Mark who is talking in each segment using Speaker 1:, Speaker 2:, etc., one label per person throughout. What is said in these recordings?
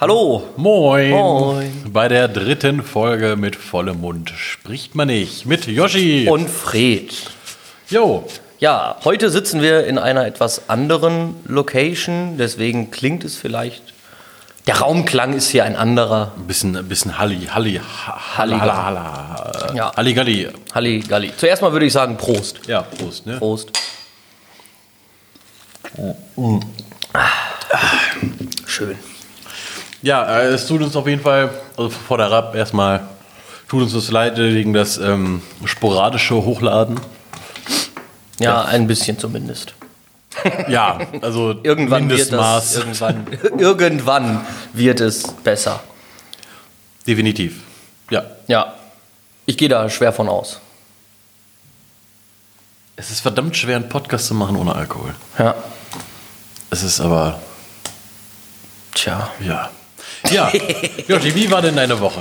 Speaker 1: Hallo!
Speaker 2: Moin.
Speaker 1: Moin.
Speaker 2: Bei der dritten Folge mit vollem Mund spricht man nicht mit Yoshi.
Speaker 1: Und Fred.
Speaker 2: Jo,
Speaker 1: Ja, heute sitzen wir in einer etwas anderen Location, deswegen klingt es vielleicht. Der Raumklang ist hier ein anderer.
Speaker 2: ein bisschen, ein bisschen Halli, Halli, ha-
Speaker 1: Halli-
Speaker 2: Halla, Halla, Halla.
Speaker 1: Ja.
Speaker 2: Halli, Galli.
Speaker 1: Halligalli. Zuerst mal würde ich sagen Prost.
Speaker 2: Ja, Prost, ne?
Speaker 1: Prost. Ah, Schön.
Speaker 2: Ja, äh, es tut uns auf jeden Fall, also vor der Rap erstmal, tut uns das leid wegen das ähm, sporadische Hochladen.
Speaker 1: Ja, ein bisschen zumindest.
Speaker 2: Ja, also
Speaker 1: Irgendwann wird das,
Speaker 2: Mindestmaß,
Speaker 1: irgendwann, irgendwann wird es besser.
Speaker 2: definitiv. Ja,
Speaker 1: Ja, ich gehe da schwer von aus.
Speaker 2: es ist verdammt schwer, einen Podcast zu machen ohne Alkohol.
Speaker 1: Ja,
Speaker 2: Es ist aber,
Speaker 1: tja.
Speaker 2: ja. Ja, Yoshi, wie war denn deine Woche?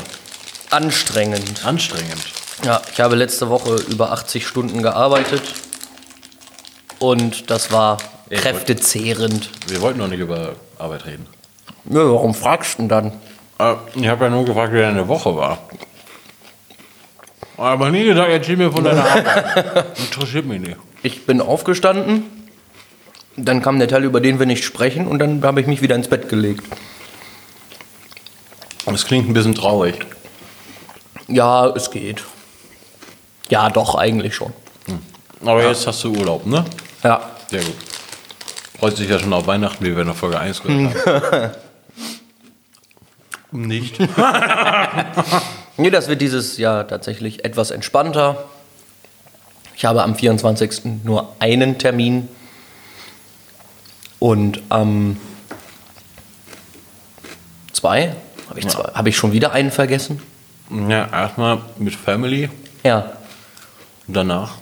Speaker 1: Anstrengend.
Speaker 2: Anstrengend.
Speaker 1: Ja, ich habe letzte Woche über 80 Stunden gearbeitet und das war
Speaker 2: gut.
Speaker 1: kräftezehrend.
Speaker 2: Wir wollten noch nicht über Arbeit reden.
Speaker 1: Nö, warum fragst du denn dann?
Speaker 2: Äh, ich habe ja nur gefragt, wie deine Woche war. Aber nie gesagt, erzähl mir von deiner Arbeit. Interessiert mich nicht.
Speaker 1: Ich bin aufgestanden, dann kam der Teil, über den wir nicht sprechen und dann habe ich mich wieder ins Bett gelegt.
Speaker 2: Das klingt ein bisschen traurig.
Speaker 1: Ja, es geht. Ja, doch, eigentlich schon.
Speaker 2: Aber jetzt hast du Urlaub, ne?
Speaker 1: Ja.
Speaker 2: Sehr gut. Freut sich ja schon auf Weihnachten, wie wir in der Folge 1 gehört haben. Nicht.
Speaker 1: Nee, das wird dieses Jahr tatsächlich etwas entspannter. Ich habe am 24. nur einen Termin. Und am zwei? Habe ich, zwei? Hab ich schon wieder einen vergessen?
Speaker 2: Ja, erstmal mit Family,
Speaker 1: Ja.
Speaker 2: danach.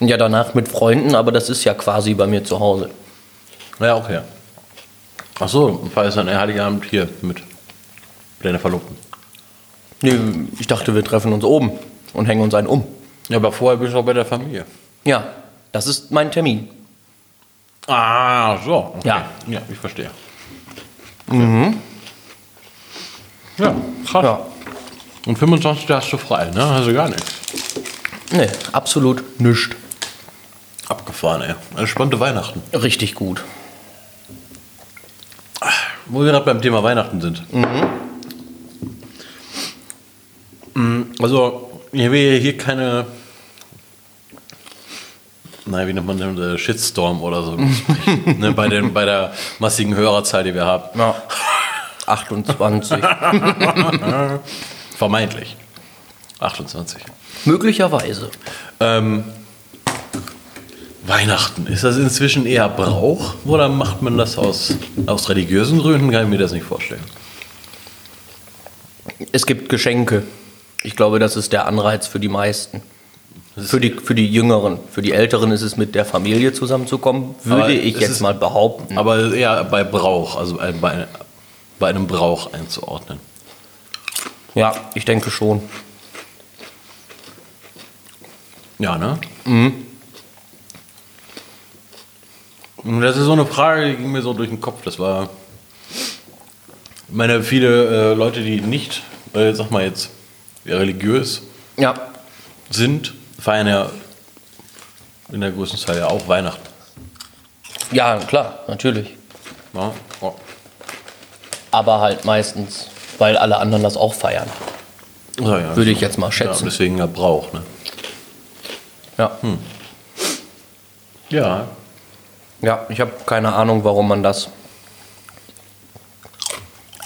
Speaker 1: Und ja, danach mit Freunden, aber das ist ja quasi bei mir zu Hause.
Speaker 2: Ja, okay. Ach so, falls dann Heiligabend hier mit deiner Verlobten.
Speaker 1: Nee, ich dachte, wir treffen uns oben und hängen uns einen um.
Speaker 2: Ja, aber vorher bist du auch bei der Familie.
Speaker 1: Ja, das ist mein Termin.
Speaker 2: Ah, so. okay.
Speaker 1: Ja.
Speaker 2: Ja, ich verstehe. Ja, krass.
Speaker 1: Ja.
Speaker 2: Und 25. hast du frei, ne? Also gar nichts.
Speaker 1: Nee, absolut nischt.
Speaker 2: Abgefahren, ey. Entspannte Weihnachten.
Speaker 1: Richtig gut.
Speaker 2: Wo wir gerade beim Thema Weihnachten sind. Mm, Also, ich will hier keine. Nein, wie nennt man den? äh, Shitstorm oder so. ne, bei, den, bei der massigen Hörerzahl, die wir haben.
Speaker 1: Ja. 28.
Speaker 2: Vermeintlich. 28.
Speaker 1: Möglicherweise.
Speaker 2: Ähm, Weihnachten, ist das inzwischen eher Brauch oder macht man das aus, aus religiösen Gründen? Kann ich mir das nicht vorstellen.
Speaker 1: Es gibt Geschenke. Ich glaube, das ist der Anreiz für die meisten.
Speaker 2: Das ist-
Speaker 1: Für die, für die Jüngeren. Für die Älteren ist es mit der Familie zusammenzukommen, würde
Speaker 2: Aber
Speaker 1: ich
Speaker 2: es
Speaker 1: jetzt
Speaker 2: ist-
Speaker 1: mal behaupten.
Speaker 2: Aber eher bei Brauch, also bei, bei, bei einem Brauch einzuordnen.
Speaker 1: Ja, ich denke schon.
Speaker 2: Ja, ne? Und Das ist so eine Frage, die ging mir so durch den Kopf. Das war. Ich meine, viele äh, Leute, die nicht, äh, sag mal jetzt, religiös
Speaker 1: Ja,
Speaker 2: sind, feiern ja in der größten Zahl ja auch Weihnachten.
Speaker 1: ja klar, natürlich.
Speaker 2: Ja? Ja.
Speaker 1: Aber halt meistens, weil alle anderen das auch feiern.
Speaker 2: Ja, ja.
Speaker 1: Würde ich jetzt mal
Speaker 2: ja,
Speaker 1: schätzen.
Speaker 2: deswegen ja Brauch. Ne?
Speaker 1: Ja,
Speaker 2: Hm. Ja.
Speaker 1: ja ich habe keine Ahnung, warum man das.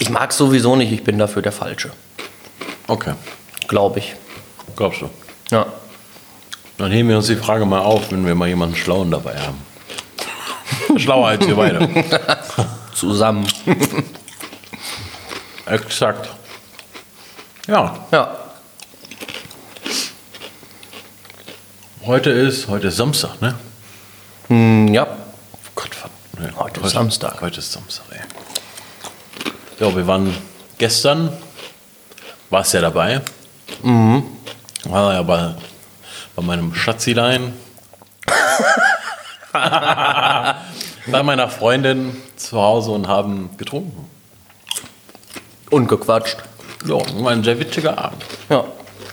Speaker 1: Ich mag sowieso nicht, ich bin dafür der Falsche.
Speaker 2: Okay.
Speaker 1: Glaube ich.
Speaker 2: Glaubst du?
Speaker 1: Ja.
Speaker 2: Dann heben wir uns die Frage mal auf, wenn wir mal jemanden Schlauen dabei haben. Schlauer als wir beide.
Speaker 1: Zusammen.
Speaker 2: Exakt. Ja,
Speaker 1: Ja.
Speaker 2: heute ist, heute ist Samstag, ne?
Speaker 1: Hm, ja,
Speaker 2: Gott, ver- ne,
Speaker 1: Heute ist Samstag.
Speaker 2: Heute ist Samstag, ey. Ja, wir waren gestern, warst ja dabei. Mhm. War ja bei, bei meinem Schatzilein. bei meiner Freundin zu Hause und haben getrunken.
Speaker 1: Und gequatscht.
Speaker 2: Ja, war ein sehr witziger Abend.
Speaker 1: Ja.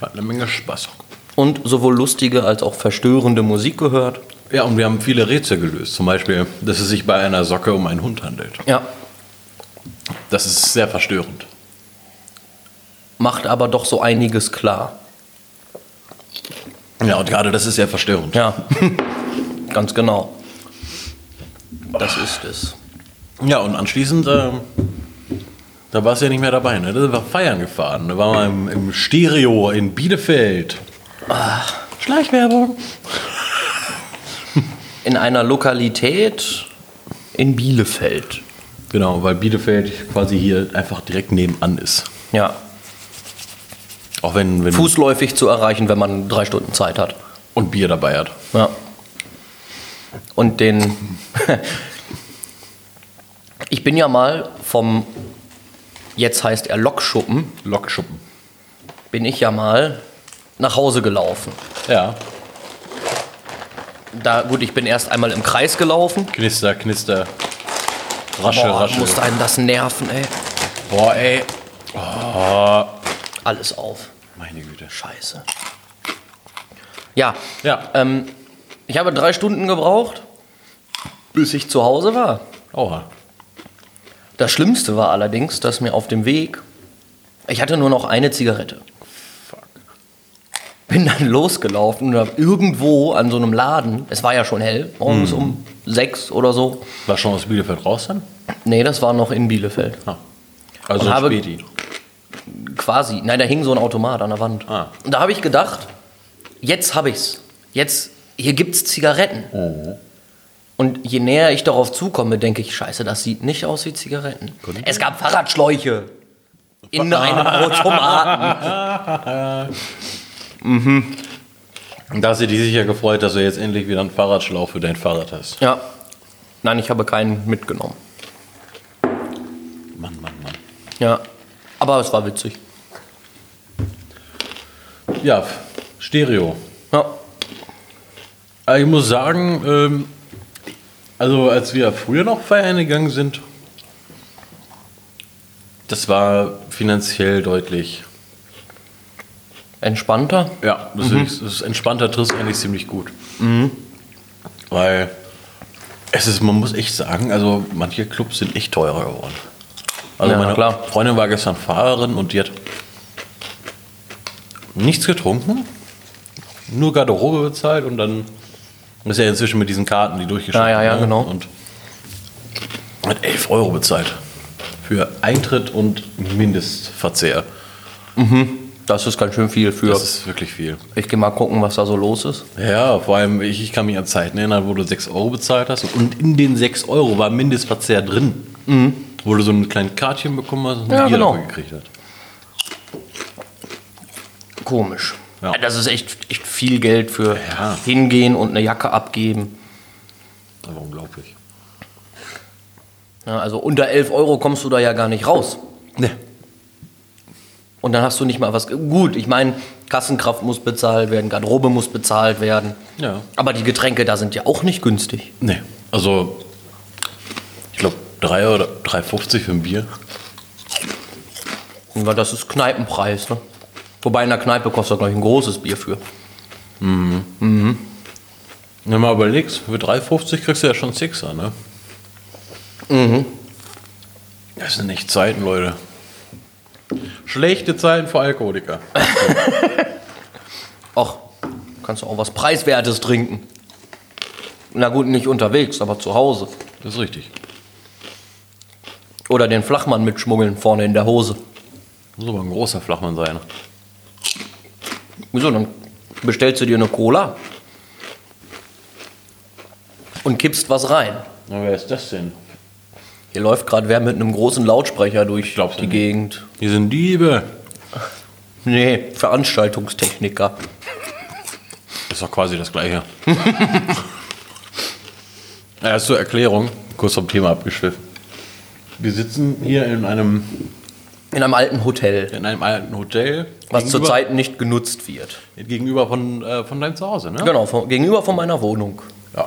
Speaker 2: Hat eine Menge Spaß.
Speaker 1: Und sowohl lustige als auch verstörende Musik gehört.
Speaker 2: Ja, und wir haben viele Rätsel gelöst. Zum Beispiel, dass es sich bei einer Socke um einen Hund handelt.
Speaker 1: Ja.
Speaker 2: Das ist sehr verstörend.
Speaker 1: Macht aber doch so einiges klar.
Speaker 2: Ja, und gerade das ist sehr verstörend.
Speaker 1: Ja. Ganz genau. Das ist es.
Speaker 2: Ja, und anschließend, ähm, da warst du ja nicht mehr dabei, ne? Da sind wir feiern gefahren. Da waren wir im, im Stereo in Bielefeld.
Speaker 1: Ah.
Speaker 2: Schleichwerbung.
Speaker 1: In einer Lokalität in Bielefeld.
Speaker 2: Genau, weil Bielefeld quasi hier einfach direkt nebenan ist.
Speaker 1: Ja.
Speaker 2: Auch wenn, wenn
Speaker 1: Fußläufig zu erreichen, wenn man drei Stunden Zeit hat.
Speaker 2: und Bier dabei hat.
Speaker 1: Ja. Und den. ich bin ja mal vom. Jetzt heißt er Lokschuppen.
Speaker 2: Lokschuppen.
Speaker 1: Bin ich ja mal nach Hause gelaufen.
Speaker 2: Ja.
Speaker 1: Da, gut, ich bin erst einmal im Kreis gelaufen.
Speaker 2: Knister, knister. Rasche,
Speaker 1: Boah,
Speaker 2: rasche.
Speaker 1: musste einen das nerven, ey.
Speaker 2: Boah, ey. Oh,
Speaker 1: Alles auf.
Speaker 2: meine Güte.
Speaker 1: Scheiße. Ja,
Speaker 2: Ja.
Speaker 1: ähm, ich habe drei Stunden gebraucht, bis ich zu Hause war.
Speaker 2: Aua.
Speaker 1: Das Schlimmste war allerdings, dass mir auf dem Weg, ich hatte nur noch eine Zigarette. Bin dann losgelaufen und hab irgendwo an so einem Laden, es war ja schon hell, morgens um sechs oder so.
Speaker 2: War schon aus Bielefeld raus dann?
Speaker 1: Nee, das war noch in Bielefeld.
Speaker 2: Ah. Also
Speaker 1: Und habe-
Speaker 2: Späti.
Speaker 1: Quasi. Nein, da hing so ein Automat an der Wand.
Speaker 2: Ah.
Speaker 1: Und da habe ich gedacht, jetzt habe ich's. Jetzt, hier gibt's Zigaretten. Und je näher ich darauf zukomme, denke ich, scheiße, das sieht nicht aus wie Zigaretten. Es gab Fahrradschläuche in einem Automaten.
Speaker 2: Und Da hast du dich sicher gefreut, dass du jetzt endlich wieder einen Fahrradschlauch für dein Fahrrad hast.
Speaker 1: Ja. Nein, ich habe keinen mitgenommen.
Speaker 2: Mann, Mann, Mann.
Speaker 1: Ja. Aber es war witzig.
Speaker 2: Ja, F- Stereo.
Speaker 1: Ja.
Speaker 2: Aber ich muss sagen, ähm, also als wir früher noch feiern gegangen sind, das war finanziell deutlich.
Speaker 1: Entspannter.
Speaker 2: Ja, das,
Speaker 1: Mhm.
Speaker 2: ist, das ist entspannter trifft eigentlich ziemlich gut. Weil es ist, man muss echt sagen, also manche Clubs sind echt teurer geworden. Also
Speaker 1: Ja,
Speaker 2: meine
Speaker 1: klar.
Speaker 2: Freundin war gestern Fahrerin und die hat nichts getrunken, nur Garderobe bezahlt und dann ist ja inzwischen mit diesen Karten, die durchgeschnitten
Speaker 1: Ja, ja, ja,
Speaker 2: ne?
Speaker 1: genau.
Speaker 2: Und hat 11 Euro bezahlt für Eintritt und Mindestverzehr.
Speaker 1: Das ist ganz schön viel für.
Speaker 2: Das ist wirklich viel.
Speaker 1: ich gehe mal gucken, was da so los ist.
Speaker 2: Ja, vor allem, ich, ich kann mich an Zeiten erinnern, wo du 6 Euro bezahlt hast und in den 6 Euro war Mindestverzehr drin. Wo du so ein kleines Kartchen bekommen hast und
Speaker 1: Mhm. Ja,
Speaker 2: ein Bier
Speaker 1: genau.
Speaker 2: dafür gekriegt hast.
Speaker 1: Komisch.
Speaker 2: Ja.
Speaker 1: Das ist echt, echt viel Geld für
Speaker 2: Ja.
Speaker 1: hingehen und eine Jacke abgeben.
Speaker 2: Aber unglaublich.
Speaker 1: Ja, also unter 11 Euro kommst du da ja gar nicht raus.
Speaker 2: Ne.
Speaker 1: Und dann hast du nicht mal was. Gut, ich meine, Kassenkraft muss bezahlt werden, Garderobe muss bezahlt werden.
Speaker 2: Ja.
Speaker 1: Aber die Getränke da sind ja auch nicht günstig.
Speaker 2: Ne. Also, ich glaube, 3 oder 3,50 für ein Bier.
Speaker 1: Ja, das ist Kneipenpreis. Ne? Wobei in der Kneipe kostet, glaube ich, ein großes Bier für.
Speaker 2: Wenn du mal überlegst, für 3,50 kriegst du ja schon Sixer, ne? Mhm.
Speaker 1: Mhm.
Speaker 2: Das sind nicht Zeiten, Leute. Schlechte Zeiten für Alkoholiker.
Speaker 1: Ach, kannst du auch was Preiswertes trinken. Na gut, nicht unterwegs, aber zu Hause.
Speaker 2: Das ist richtig.
Speaker 1: Oder den Flachmann mitschmuggeln vorne in der Hose.
Speaker 2: Muss aber ein großer Flachmann sein.
Speaker 1: Wieso? Dann bestellst du dir eine Cola und kippst was rein.
Speaker 2: Na, wer ist das denn?
Speaker 1: Hier läuft gerade wer mit einem großen Lautsprecher durch
Speaker 2: Glaubst du
Speaker 1: die
Speaker 2: nicht.
Speaker 1: Gegend.
Speaker 2: Die sind Diebe.
Speaker 1: Nee, Veranstaltungstechniker.
Speaker 2: Ist doch quasi das Gleiche. ja, zur Erklärung, kurz vom Thema abgeschwiffen. Wir sitzen hier in einem,
Speaker 1: In einem alten Hotel,
Speaker 2: in einem alten Hotel.
Speaker 1: was
Speaker 2: gegenüber-
Speaker 1: zurzeit nicht genutzt wird.
Speaker 2: Gegenüber von, äh, von deinem Zuhause, ne?
Speaker 1: Genau, von, gegenüber von meiner Wohnung.
Speaker 2: Ja.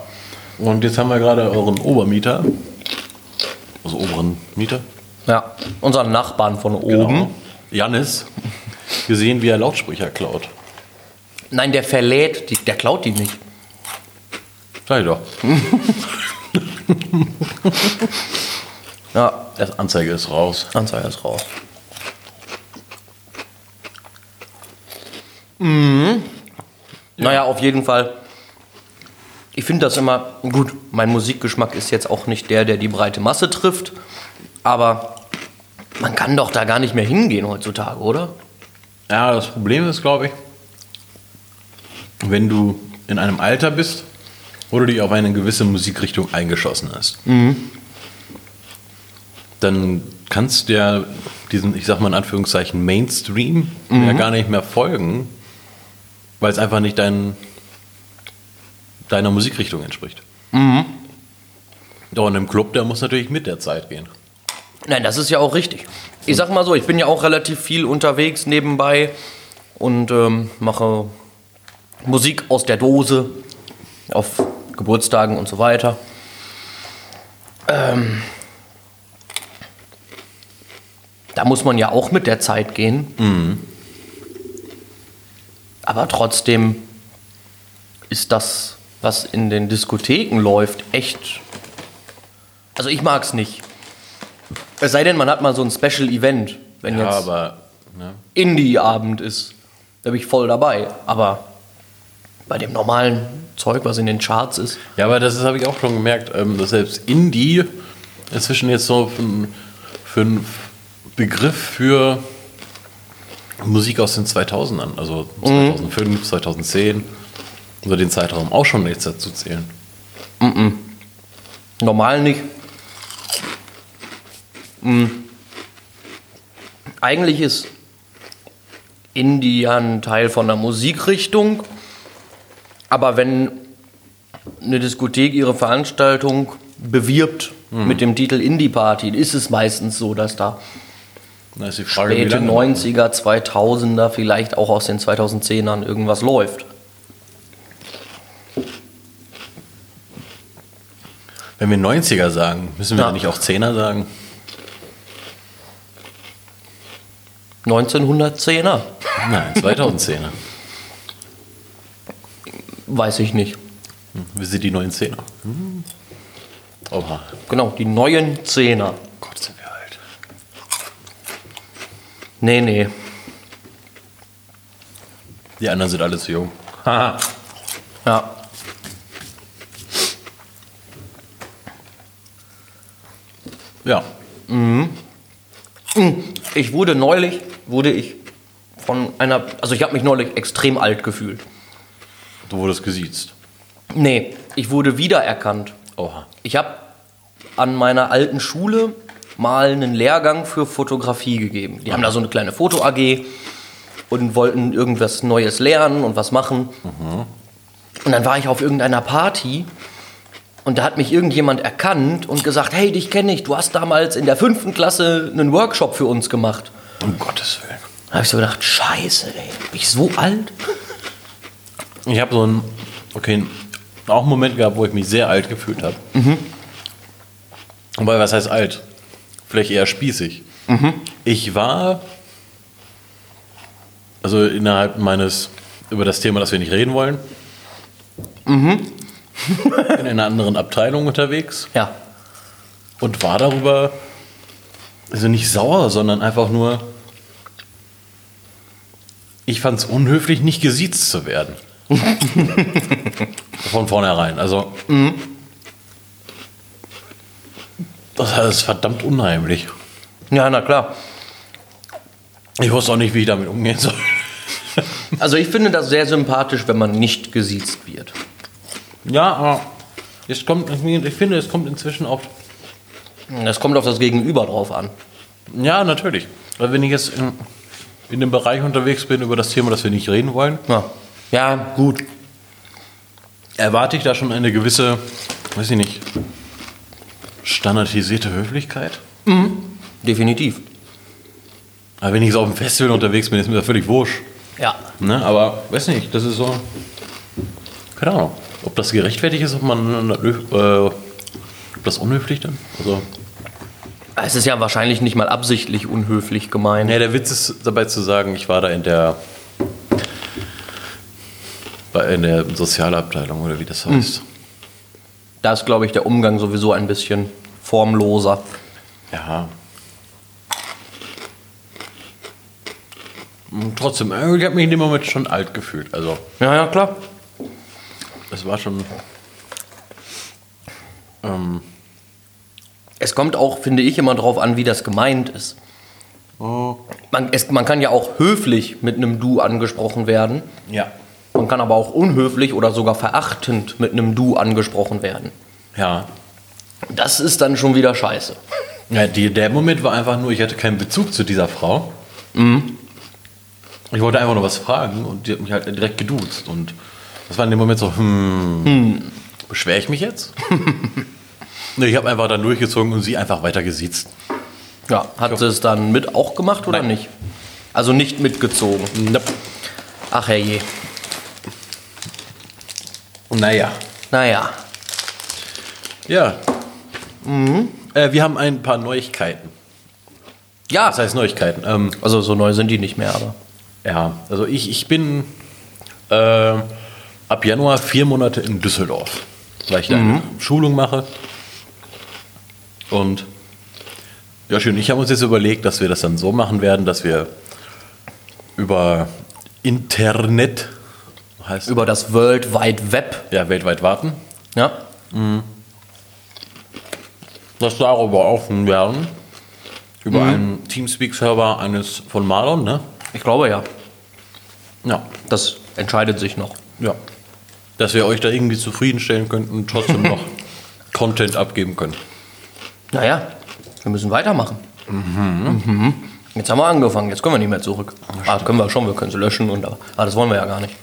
Speaker 2: Und jetzt haben wir gerade euren Obermieter. Also oberen Mieter. Genau.
Speaker 1: Ja, unseren Nachbarn von oben.
Speaker 2: Jannis gesehen, wie er Lautsprecher klaut.
Speaker 1: Nein, der verlädt, die, der klaut die nicht.
Speaker 2: Sag ich doch.
Speaker 1: Ja,
Speaker 2: Das Anzeige ist raus.
Speaker 1: Anzeige ist raus. Mhm. Naja, auf jeden Fall. Ich finde das immer gut. Mein Musikgeschmack ist jetzt auch nicht der, der die breite Masse trifft. Aber man kann doch da gar nicht mehr hingehen heutzutage, oder?
Speaker 2: Ja, das Problem ist, glaube ich, wenn du in einem Alter bist, wo du dich auf eine gewisse Musikrichtung eingeschossen hast, dann kannst du ja diesen, ich sag mal in Anführungszeichen, Mainstream ja gar nicht mehr folgen, weil es einfach nicht dein, deiner Musikrichtung entspricht. Doch, und im Club, der muss natürlich mit der Zeit gehen.
Speaker 1: Nein, das ist ja auch richtig. Ich sag mal so, ich bin ja auch relativ viel unterwegs nebenbei und ähm, mache Musik aus der Dose auf Geburtstagen und so weiter. Ähm, da muss man ja auch mit der Zeit gehen.
Speaker 2: Mhm.
Speaker 1: Aber trotzdem ist das, was in den Diskotheken läuft, echt. Also ich mag's nicht. Es sei denn, man hat mal so ein Special Event, wenn
Speaker 2: Ja,
Speaker 1: jetzt
Speaker 2: aber ne?
Speaker 1: Indie-Abend ist. Da bin ich voll dabei. Aber bei dem normalen Zeug, was in den Charts ist.
Speaker 2: Ja, aber das habe ich auch schon gemerkt, ähm, dass selbst Indie inzwischen jetzt so für ein- für einen Begriff für Musik aus den 2000ern, also 2005, 2010, also den Zeitraum auch schon nichts dazu zählen.
Speaker 1: Normal nicht. Hm. Eigentlich ist Indie ja ein Teil von der Musikrichtung, aber wenn eine Diskothek ihre Veranstaltung bewirbt mit dem Titel Indie Party, ist es meistens so, dass da
Speaker 2: Da ist die Frage, wie
Speaker 1: späte
Speaker 2: lange.
Speaker 1: 90er, 2000er, vielleicht auch aus den 2010ern irgendwas läuft.
Speaker 2: Wenn wir 90er sagen, müssen wir
Speaker 1: Ja.
Speaker 2: ja. nicht auch 10er sagen?
Speaker 1: 1910er,
Speaker 2: Nein, 2010er.
Speaker 1: weiß ich nicht.
Speaker 2: Wir sind die neuen 10er. Hm. Oha,
Speaker 1: Genau, die neuen Zehner.
Speaker 2: Gott, sind wir alt.
Speaker 1: Nee, nee.
Speaker 2: Die anderen sind alle zu jung.
Speaker 1: Ja.
Speaker 2: Ja,
Speaker 1: Ich wurde neulich, wurde ich von einer, also ich habe mich neulich extrem alt gefühlt.
Speaker 2: du wurdest gesiezt.
Speaker 1: Nee, ich wurde wiedererkannt.
Speaker 2: Oha.
Speaker 1: Ich habe an meiner alten Schule mal einen Lehrgang für Fotografie gegeben. Die haben da so eine kleine Foto-AG und wollten irgendwas Neues lernen und was machen. Und dann war ich auf irgendeiner Party und da hat mich irgendjemand erkannt und gesagt, hey, dich kenne ich, du hast damals in der fünften Klasse einen Workshop für uns gemacht.
Speaker 2: Um Gottes Willen.
Speaker 1: Da habe ich so gedacht, scheiße, ey, bin ich so alt?
Speaker 2: Ich habe so einen, okay, auch einen Moment gehabt, wo ich mich sehr alt gefühlt habe. Wobei, was heißt alt? Vielleicht eher spießig. Ich war, also innerhalb meines, über das Thema, das wir nicht reden wollen, in einer anderen Abteilung unterwegs
Speaker 1: Ja,
Speaker 2: und war darüber, also nicht sauer, sondern einfach nur, ich fand es unhöflich, nicht gesiezt zu werden. Von vornherein. Also, das ist verdammt unheimlich.
Speaker 1: ja, na klar.
Speaker 2: Ich wusste auch nicht, wie ich damit umgehen soll.
Speaker 1: Also ich finde das sehr sympathisch, wenn man nicht gesiezt wird.
Speaker 2: Ja, aber es kommt, ich finde, es kommt inzwischen auch
Speaker 1: Das kommt auf das Gegenüber drauf an.
Speaker 2: Ja, natürlich. Weil wenn ich jetzt in, in dem Bereich unterwegs bin, über das Thema, das wir nicht reden wollen,
Speaker 1: Ja, ja gut.
Speaker 2: erwarte ich da schon eine gewisse, weiß ich nicht, standardisierte Höflichkeit.
Speaker 1: Definitiv.
Speaker 2: Aber wenn ich so auf dem Festival unterwegs bin, ist mir das völlig wurscht.
Speaker 1: Ja.
Speaker 2: Ne? Aber weiß nicht, das ist so. Keine Ahnung. Ob das gerechtfertigt ist, ob man äh, ob das unhöflich dann? Also,
Speaker 1: Es ist ja wahrscheinlich nicht mal absichtlich unhöflich gemeint.
Speaker 2: Ja, der Witz ist dabei zu sagen, ich war da in der bei- in der Sozialabteilung oder wie das heißt.
Speaker 1: Da ist, glaube ich, der Umgang sowieso ein bisschen formloser.
Speaker 2: Ja. Und Trotzdem, irgendwie habe mich in dem Moment schon alt gefühlt. Also,
Speaker 1: Ja, ja, klar.
Speaker 2: es war schon.
Speaker 1: Es kommt auch, finde ich, immer drauf an, wie das gemeint ist. Man, es, man kann ja auch höflich mit einem Du angesprochen werden.
Speaker 2: Ja.
Speaker 1: Man kann aber auch unhöflich oder sogar verachtend mit einem Du angesprochen werden.
Speaker 2: Ja.
Speaker 1: Das ist dann schon wieder scheiße.
Speaker 2: ja die, der Moment war einfach nur, ich hatte keinen Bezug zu dieser Frau. Ich wollte einfach nur was fragen und die hat mich halt direkt geduzt. Und das war in dem Moment so, hm, beschwere ich mich jetzt? nee, ich habe einfach dann durchgezogen und sie einfach weiter gesiezt.
Speaker 1: Ja, hat sie es dann mit auch gemacht oder
Speaker 2: Nein.
Speaker 1: nicht? Also nicht mitgezogen. Ach herrje.
Speaker 2: Naja.
Speaker 1: Naja.
Speaker 2: Ja. Äh, wir haben ein paar Neuigkeiten.
Speaker 1: Ja,
Speaker 2: Das heißt Neuigkeiten. Ähm,
Speaker 1: also so neu sind die nicht mehr, aber.
Speaker 2: ja, also ich, ich bin äh, ab Januar vier Monate in Düsseldorf, weil ich da eine Schulung mache. Und Joshi und ich haben uns jetzt überlegt, dass wir das dann so machen werden, dass wir über Internet, heißt
Speaker 1: Über das World Wide Web.
Speaker 2: ja, weltweit warten,
Speaker 1: Ja.
Speaker 2: dass darüber offen werden. Über einen Teamspeak-Server eines von Marlon, ne?
Speaker 1: Ich glaube ja.
Speaker 2: Ja,
Speaker 1: Das entscheidet sich noch.
Speaker 2: Ja. Dass wir euch da irgendwie zufriedenstellen könnten und trotzdem noch Content abgeben können.
Speaker 1: Naja, wir müssen weitermachen. Mhm. Jetzt haben wir angefangen, jetzt können wir nicht mehr zurück. Ah, können wir schon, wir können sie löschen und aber ah, das wollen wir ja gar nicht.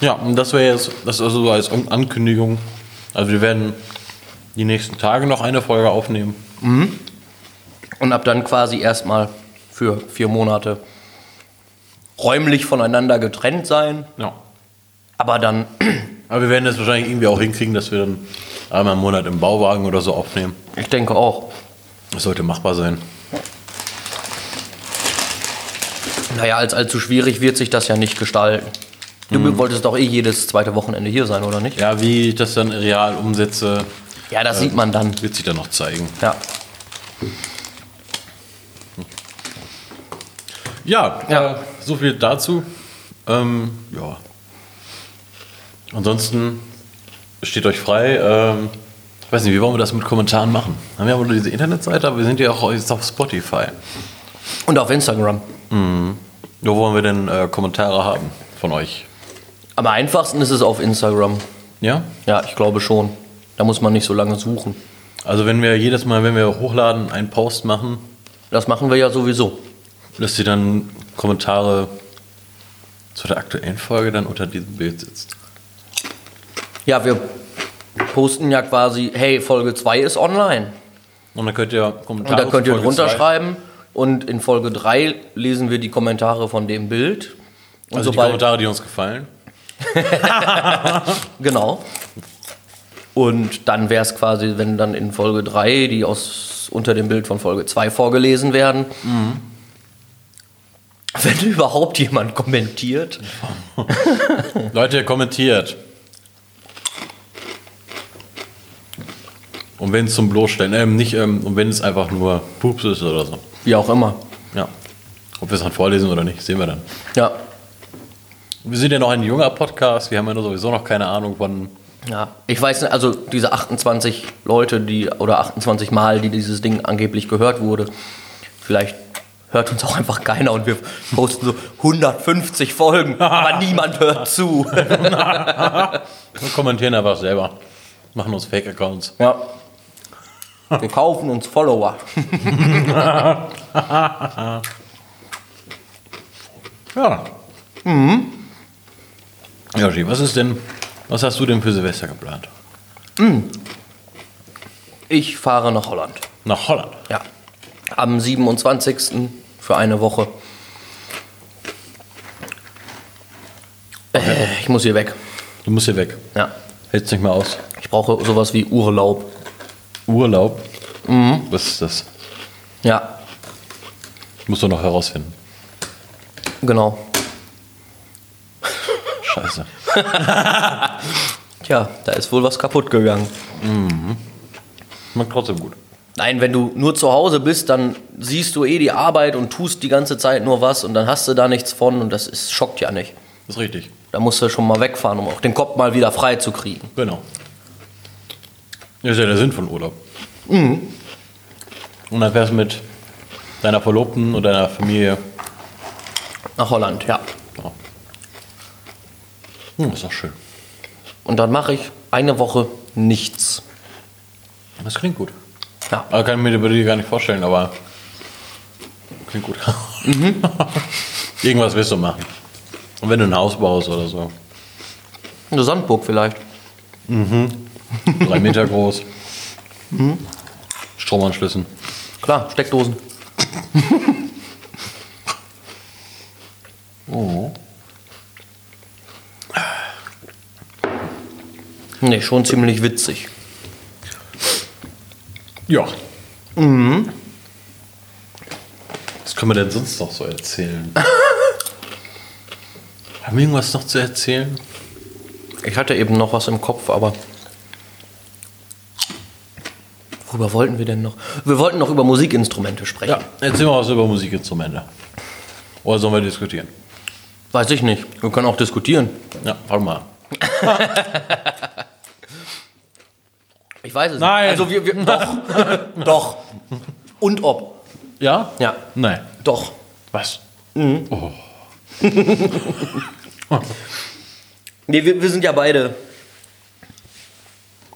Speaker 2: Ja, und das wäre jetzt, das ist also so als An- Ankündigung. Also wir werden die nächsten Tage noch eine Folge aufnehmen.
Speaker 1: Und ab dann quasi erstmal für vier Monate räumlich voneinander getrennt sein,
Speaker 2: Ja.
Speaker 1: aber dann
Speaker 2: Aber wir werden das wahrscheinlich irgendwie auch hinkriegen, dass wir dann einmal im Monat im Bauwagen oder so aufnehmen.
Speaker 1: ich denke auch,
Speaker 2: Das sollte machbar sein.
Speaker 1: naja, als allzu schwierig wird sich das ja nicht gestalten. Du wolltest doch eh jedes zweite Wochenende hier sein, oder nicht?
Speaker 2: Ja, wie ich das dann real umsetze,
Speaker 1: Ja, das sieht man dann.
Speaker 2: wird sich dann noch zeigen.
Speaker 1: Ja.
Speaker 2: Ja,
Speaker 1: Ja.
Speaker 2: Äh, so viel dazu. Ähm, ja. Ansonsten steht euch frei. Ähm, ich weiß nicht, wie wollen wir das mit Kommentaren machen? Haben wir aber nur diese Internetseite, aber wir sind ja auch jetzt auf Spotify.
Speaker 1: Und auf Instagram.
Speaker 2: Wo wollen wir denn äh, Kommentare haben von euch?
Speaker 1: Am einfachsten ist es auf Instagram.
Speaker 2: Ja?
Speaker 1: Ja, ich glaube schon. Da muss man nicht so lange suchen.
Speaker 2: Also wenn wir jedes Mal, wenn wir hochladen, einen Post machen,
Speaker 1: Das machen wir ja sowieso.
Speaker 2: dass ihr dann Kommentare zu der aktuellen Folge dann unter diesem Bild sitzt.
Speaker 1: Ja, wir posten ja quasi, hey, Folge 2 ist online.
Speaker 2: Und dann könnt ihr
Speaker 1: Und
Speaker 2: Kommentare
Speaker 1: da könnt ihr
Speaker 2: zu Folge zwei-
Speaker 1: drunter schreiben. Und in Folge 3 lesen wir die Kommentare von dem Bild. Und
Speaker 2: Also die
Speaker 1: sobald.
Speaker 2: Kommentare, die uns gefallen.
Speaker 1: Genau. Und dann wäre es quasi, wenn dann in Folge 3, die aus unter dem Bild von Folge 2 vorgelesen werden. Mhm. Wenn überhaupt jemand kommentiert.
Speaker 2: Leute, kommentiert. Und wenn es zum Bloßstellen, ähm, nicht, ähm, und wenn es einfach nur Pups ist oder so.
Speaker 1: Wie auch immer.
Speaker 2: Ja. Ob wir es dann vorlesen oder nicht, sehen wir dann.
Speaker 1: Ja.
Speaker 2: Wir sind ja noch ein junger Podcast, wir haben ja nur sowieso noch keine Ahnung von.
Speaker 1: Ja, ich weiß nicht, also diese 28 Leute, die oder 28 Mal, die dieses Ding angeblich gehört wurde, vielleicht hört uns auch einfach keiner und wir posten so 150 Folgen, aber niemand hört zu.
Speaker 2: Wir kommentieren einfach selber. Machen uns Fake-Accounts.
Speaker 1: Ja. Wir kaufen uns Follower.
Speaker 2: Ja. Mhm. Joshi, was ist denn. Was hast du denn für Silvester geplant?
Speaker 1: Ich fahre nach Holland.
Speaker 2: Nach Holland.
Speaker 1: Ja. Am 27. für eine Woche. Äh, ich muss hier weg.
Speaker 2: Du musst hier weg.
Speaker 1: Ja.
Speaker 2: Hältst nicht mehr aus.
Speaker 1: Ich brauche sowas wie Urlaub.
Speaker 2: Urlaub. Was ist das?
Speaker 1: Ja,
Speaker 2: Muss doch noch herausfinden.
Speaker 1: genau.
Speaker 2: Scheiße.
Speaker 1: Tja, da ist wohl was kaputt gegangen.
Speaker 2: Schmeckt trotzdem gut.
Speaker 1: Nein, wenn du nur zu Hause bist, dann siehst du eh die Arbeit und tust die ganze Zeit nur was und dann hast du da nichts von und das ist, schockt ja nicht.
Speaker 2: Ist richtig.
Speaker 1: Da musst du schon mal wegfahren, um auch den Kopf mal wieder frei zu kriegen.
Speaker 2: Genau. Das ist ja der Sinn von Urlaub. Und dann fährst du mit deiner Verlobten und deiner Familie.
Speaker 1: Nach Holland, ja.
Speaker 2: Ja. Hm, ist doch schön.
Speaker 1: Und dann mache ich eine Woche nichts.
Speaker 2: Das klingt gut.
Speaker 1: Ja.
Speaker 2: Aber kann ich mir bei dir gar nicht vorstellen, aber klingt gut. Irgendwas willst du machen. Und wenn du ein Haus baust oder so.
Speaker 1: Eine Sandburg vielleicht.
Speaker 2: Drei Meter groß. Stromanschlüssen.
Speaker 1: Klar, Steckdosen. oh. Nee, schon ziemlich witzig.
Speaker 2: Ja. Was können wir denn sonst noch so erzählen? Haben wir irgendwas noch zu erzählen?
Speaker 1: Ich hatte eben noch was im Kopf, aber. Worüber wollten wir denn noch? Wir wollten noch über Musikinstrumente sprechen.
Speaker 2: Ja, erzähl mal was über Musikinstrumente. Oder sollen wir diskutieren?
Speaker 1: Weiß ich nicht. Wir können auch diskutieren.
Speaker 2: Ja, warte mal.
Speaker 1: Ich weiß es
Speaker 2: Nein.
Speaker 1: nicht. Also wir, wir doch. doch. Und ob.
Speaker 2: Ja?
Speaker 1: Ja.
Speaker 2: Nein.
Speaker 1: Doch.
Speaker 2: Was? Oh.
Speaker 1: Nee, wir, wir sind ja beide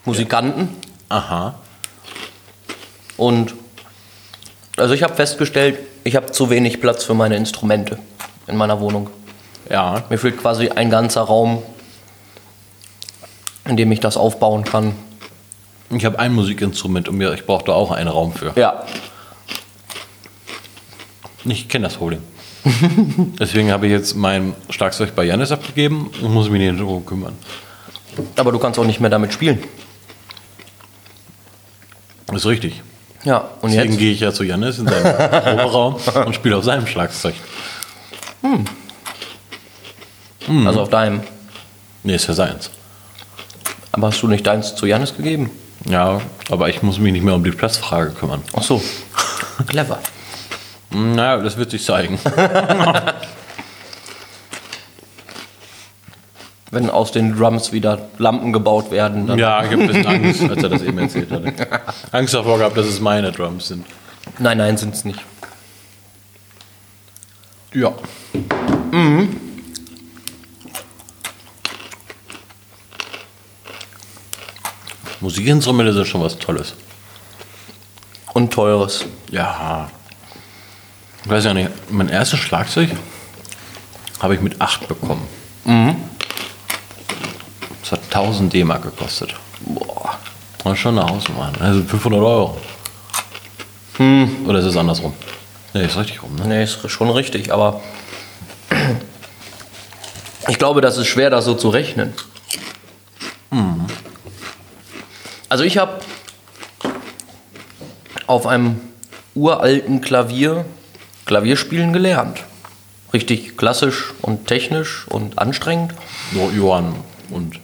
Speaker 1: Musikanten.
Speaker 2: Aha.
Speaker 1: Und also ich habe festgestellt, ich habe zu wenig Platz für meine Instrumente in meiner Wohnung.
Speaker 2: Ja.
Speaker 1: Mir fehlt quasi ein ganzer Raum, in dem ich das aufbauen kann.
Speaker 2: Ich habe ein Musikinstrument und mir- ich brauche da auch einen Raum für.
Speaker 1: Ja.
Speaker 2: Ich kenne das Problem. Deswegen habe ich jetzt mein Schlagzeug bei Janis abgegeben und muss mich nicht darum kümmern.
Speaker 1: Aber du kannst auch nicht mehr damit spielen.
Speaker 2: Ist richtig.
Speaker 1: Ja, und
Speaker 2: Deswegen
Speaker 1: jetzt?
Speaker 2: gehe ich ja zu Janis in seinen Proberaum und spiele auf seinem Schlagzeug.
Speaker 1: Also auf deinem.
Speaker 2: Nee, ist ja seins.
Speaker 1: Aber hast du nicht deins zu Janis gegeben?
Speaker 2: Ja, aber ich muss mich nicht mehr um die Platzfrage kümmern.
Speaker 1: Ach so. Clever.
Speaker 2: Naja, das wird sich zeigen.
Speaker 1: Wenn aus den Drums wieder Lampen gebaut werden, dann.
Speaker 2: Ja, ich habe ein bisschen Angst, als er das eben erzählt hatte. Angst davor gehabt, dass es meine Drums sind.
Speaker 1: Nein, nein, sind's nicht.
Speaker 2: Ja. Mhm. Musikinstrumente sind schon was Tolles.
Speaker 1: Und teures.
Speaker 2: Ja. Ich weiß ja nicht, mein erstes Schlagzeug habe ich mit 8 bekommen. Mhm. Das hat 1000 D-Mark gekostet. Boah. War schon eine Hausnummer. Also 500 Euro. Oder ist es andersrum? Nee, ist richtig rum, ne?
Speaker 1: Nee, ist schon richtig, aber ich glaube, das ist schwer, das so zu rechnen. Also ich habe auf einem uralten Klavier Klavierspielen gelernt. Richtig klassisch und technisch und anstrengend.
Speaker 2: Nur Johann und.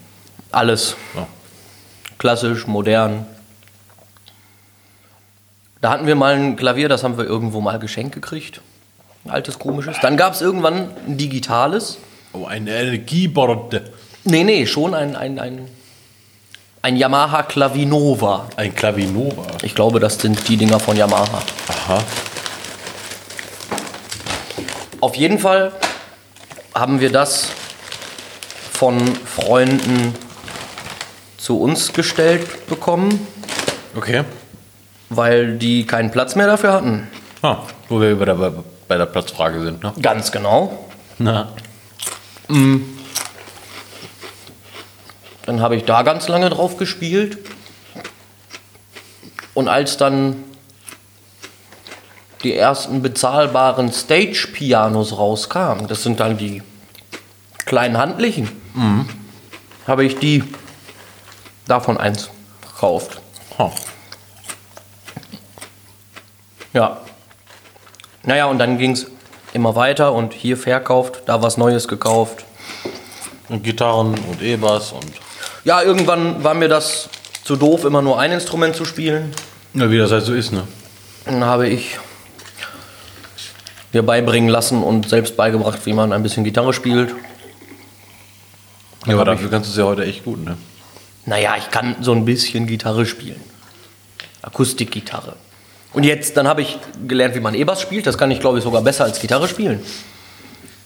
Speaker 1: Alles.
Speaker 2: Ja.
Speaker 1: klassisch, modern. Da hatten wir mal ein Klavier, das haben wir irgendwo mal geschenkt gekriegt. Ein altes, komisches. Dann gab es irgendwann ein digitales.
Speaker 2: Oh, eine Energiebord.
Speaker 1: Nee, nee, schon ein, ein, ein, ein Yamaha Klavinova.
Speaker 2: Ein Klavinova.
Speaker 1: Ich glaube, das sind die Dinger von Yamaha.
Speaker 2: Aha.
Speaker 1: Auf jeden Fall haben wir das von Freunden zu uns gestellt bekommen,
Speaker 2: Okay.
Speaker 1: weil die keinen Platz mehr dafür hatten.
Speaker 2: Ah, wo wir bei der, bei der Platzfrage sind, ne?
Speaker 1: Ganz genau.
Speaker 2: Na.
Speaker 1: Dann habe ich da ganz lange drauf gespielt. Und als dann die ersten bezahlbaren Stage-Pianos rauskamen, das sind dann die kleinen handlichen, habe ich die davon eins gekauft.
Speaker 2: Ha.
Speaker 1: Ja. Naja, und dann ging es immer weiter und hier verkauft, da was Neues gekauft.
Speaker 2: Und Gitarren und E-Bass und.
Speaker 1: Ja, irgendwann war mir das zu doof, immer nur ein Instrument zu spielen.
Speaker 2: Na, wie das halt so ist, ne?
Speaker 1: Dann habe ich mir beibringen lassen und selbst beigebracht, wie man ein bisschen Gitarre spielt.
Speaker 2: Ja, aber dafür kannst du es ja heute echt gut, ne?
Speaker 1: Naja, ich kann so ein bisschen Gitarre spielen. Akustikgitarre. Und jetzt, dann habe ich gelernt, wie man E-Bass spielt. Das kann ich, glaube ich, sogar besser als Gitarre spielen.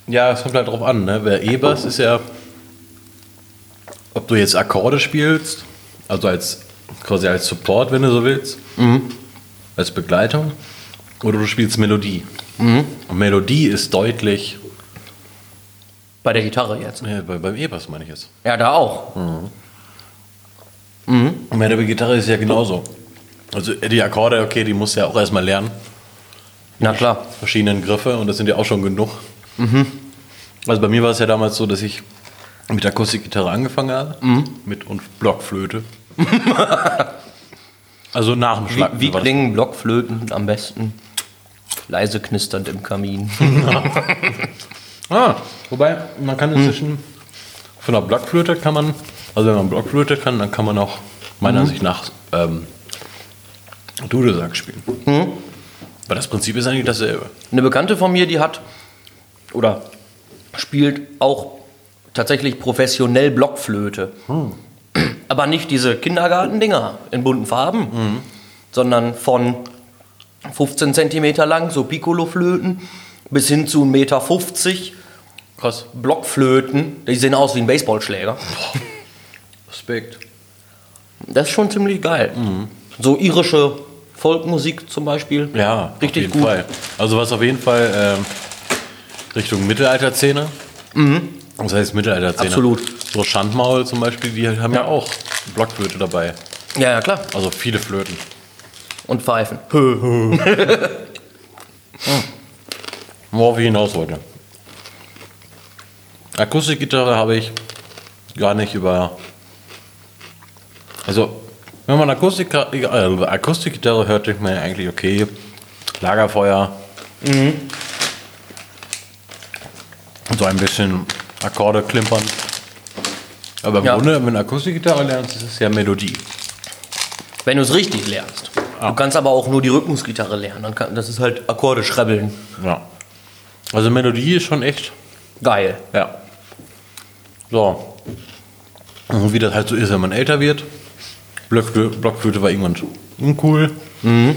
Speaker 2: Ja, es kommt halt drauf an, ne? Wer E-Bass ist ja. Ob du jetzt Akkorde spielst, also als quasi als Support, wenn du so willst, Mhm. als Begleitung, oder du spielst Melodie. Und Melodie ist deutlich.
Speaker 1: Bei der Gitarre jetzt.
Speaker 2: Ja, bei, beim E-Bass meine ich jetzt.
Speaker 1: Ja, da auch.
Speaker 2: Und bei der Gitarre ist es ja genauso. Also die Akkorde, okay, die musst du ja auch erstmal lernen.
Speaker 1: Na klar.
Speaker 2: verschiedenen Griffe und das sind ja auch schon genug. Also bei mir war es ja damals so, dass ich mit Akustikgitarre angefangen habe, mit und Blockflöte. also nach dem
Speaker 1: Wie,
Speaker 2: Schlag.
Speaker 1: wie
Speaker 2: war das.
Speaker 1: klingen Blockflöten am besten? Leise knisternd im Kamin.
Speaker 2: Ah, wobei man kann inzwischen von der Blockflöte kann man, also wenn man Blockflöte kann, dann kann man auch meiner Ansicht nach ähm, Dudelsack spielen. Weil das Prinzip ist eigentlich dasselbe.
Speaker 1: Eine Bekannte von mir, die hat oder spielt auch tatsächlich professionell Blockflöte.
Speaker 2: Hm.
Speaker 1: Aber nicht diese Kindergartendinger in bunten Farben,
Speaker 2: Hm.
Speaker 1: sondern von 15 cm lang, so Piccolo-Flöten, bis hin zu 1,50 Meter
Speaker 2: Krass.
Speaker 1: Blockflöten. Die sehen aus wie ein Baseballschläger.
Speaker 2: Respekt. Hm.
Speaker 1: Das ist schon ziemlich geil. So irische Folkmusik zum Beispiel.
Speaker 2: Ja,
Speaker 1: richtig
Speaker 2: auf jeden
Speaker 1: gut.
Speaker 2: Fall. Also was auf jeden Fall ähm, Richtung Mittelalterszene. Das heißt Mittelalterszene.
Speaker 1: Mhm. Absolut.
Speaker 2: So Schandmaul zum Beispiel, die haben ja, auch Blockflöte dabei.
Speaker 1: Ja, ja, klar.
Speaker 2: Also viele Flöten.
Speaker 1: Und Pfeifen.
Speaker 2: Worauf ich hinaus wollte. Akustikgitarre habe ich gar nicht über. Also, wenn man Akustik, äh, Akustikgitarre hört, denkt man ja eigentlich, okay, Lagerfeuer. So ein bisschen Akkorde klimpern. Aber im
Speaker 1: Ja.
Speaker 2: Grunde, wenn du Akustikgitarre lernst, ist es ja Melodie.
Speaker 1: Wenn du es richtig lernst. Du kannst aber auch nur die Rhythmusgitarre lernen. Dann kann, das ist halt Akkorde schrebbeln.
Speaker 2: Ja. Also, Melodie ist schon echt
Speaker 1: Geil.
Speaker 2: Ja. So. Und wie das halt so ist, wenn man älter wird. Blockflöte, Blockflöte war irgendwann schon uncool. Mhm.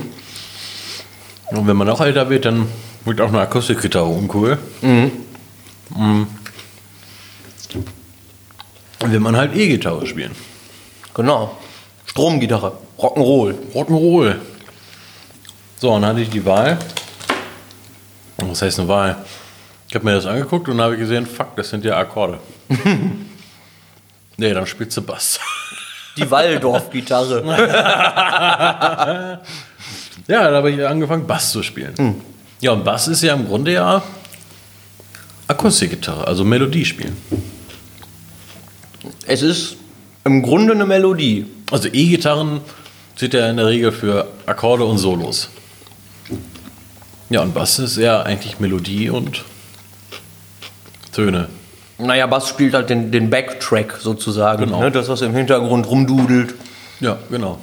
Speaker 2: Und wenn man auch älter wird, dann wird auch eine Akustikgitarre uncool. Mhm. Und Wenn man halt E-Gitarre spielen.
Speaker 1: Genau. Stromgitarre. Rock'n'Roll.
Speaker 2: Rock'n'Roll. So, und dann hatte ich die Wahl. Was heißt eine Wahl? Ich habe mir das angeguckt und habe gesehen, fuck, das sind ja Akkorde. nee, dann spielst du Bass.
Speaker 1: Die Waldorf-Gitarre.
Speaker 2: ja, da habe ich angefangen, Bass zu spielen. Ja, und Bass ist ja im Grunde ja Akustikgitarre, also Melodie spielen.
Speaker 1: es ist im Grunde eine Melodie.
Speaker 2: Also E-Gitarren sind ja in der Regel für Akkorde und Solos. Ja, und Bass ist ja eigentlich Melodie und Töne.
Speaker 1: Naja, Bass spielt halt den, den Backtrack sozusagen.
Speaker 2: Genau.
Speaker 1: Ne? Das, was im Hintergrund rumdudelt.
Speaker 2: Ja, genau.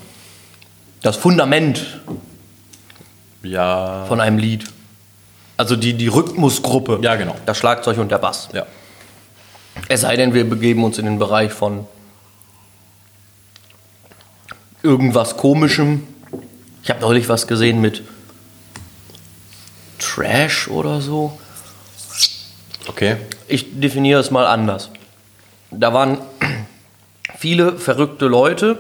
Speaker 1: Das Fundament
Speaker 2: Ja.
Speaker 1: von einem Lied. Also die, die Rhythmusgruppe.
Speaker 2: Ja, genau.
Speaker 1: Das Schlagzeug und der Bass.
Speaker 2: ja.
Speaker 1: Es sei denn, wir begeben uns in den Bereich von irgendwas Komischem. Ich habe neulich was gesehen mit Trash oder so.
Speaker 2: Okay.
Speaker 1: Ich definiere es mal anders. Da waren viele verrückte Leute,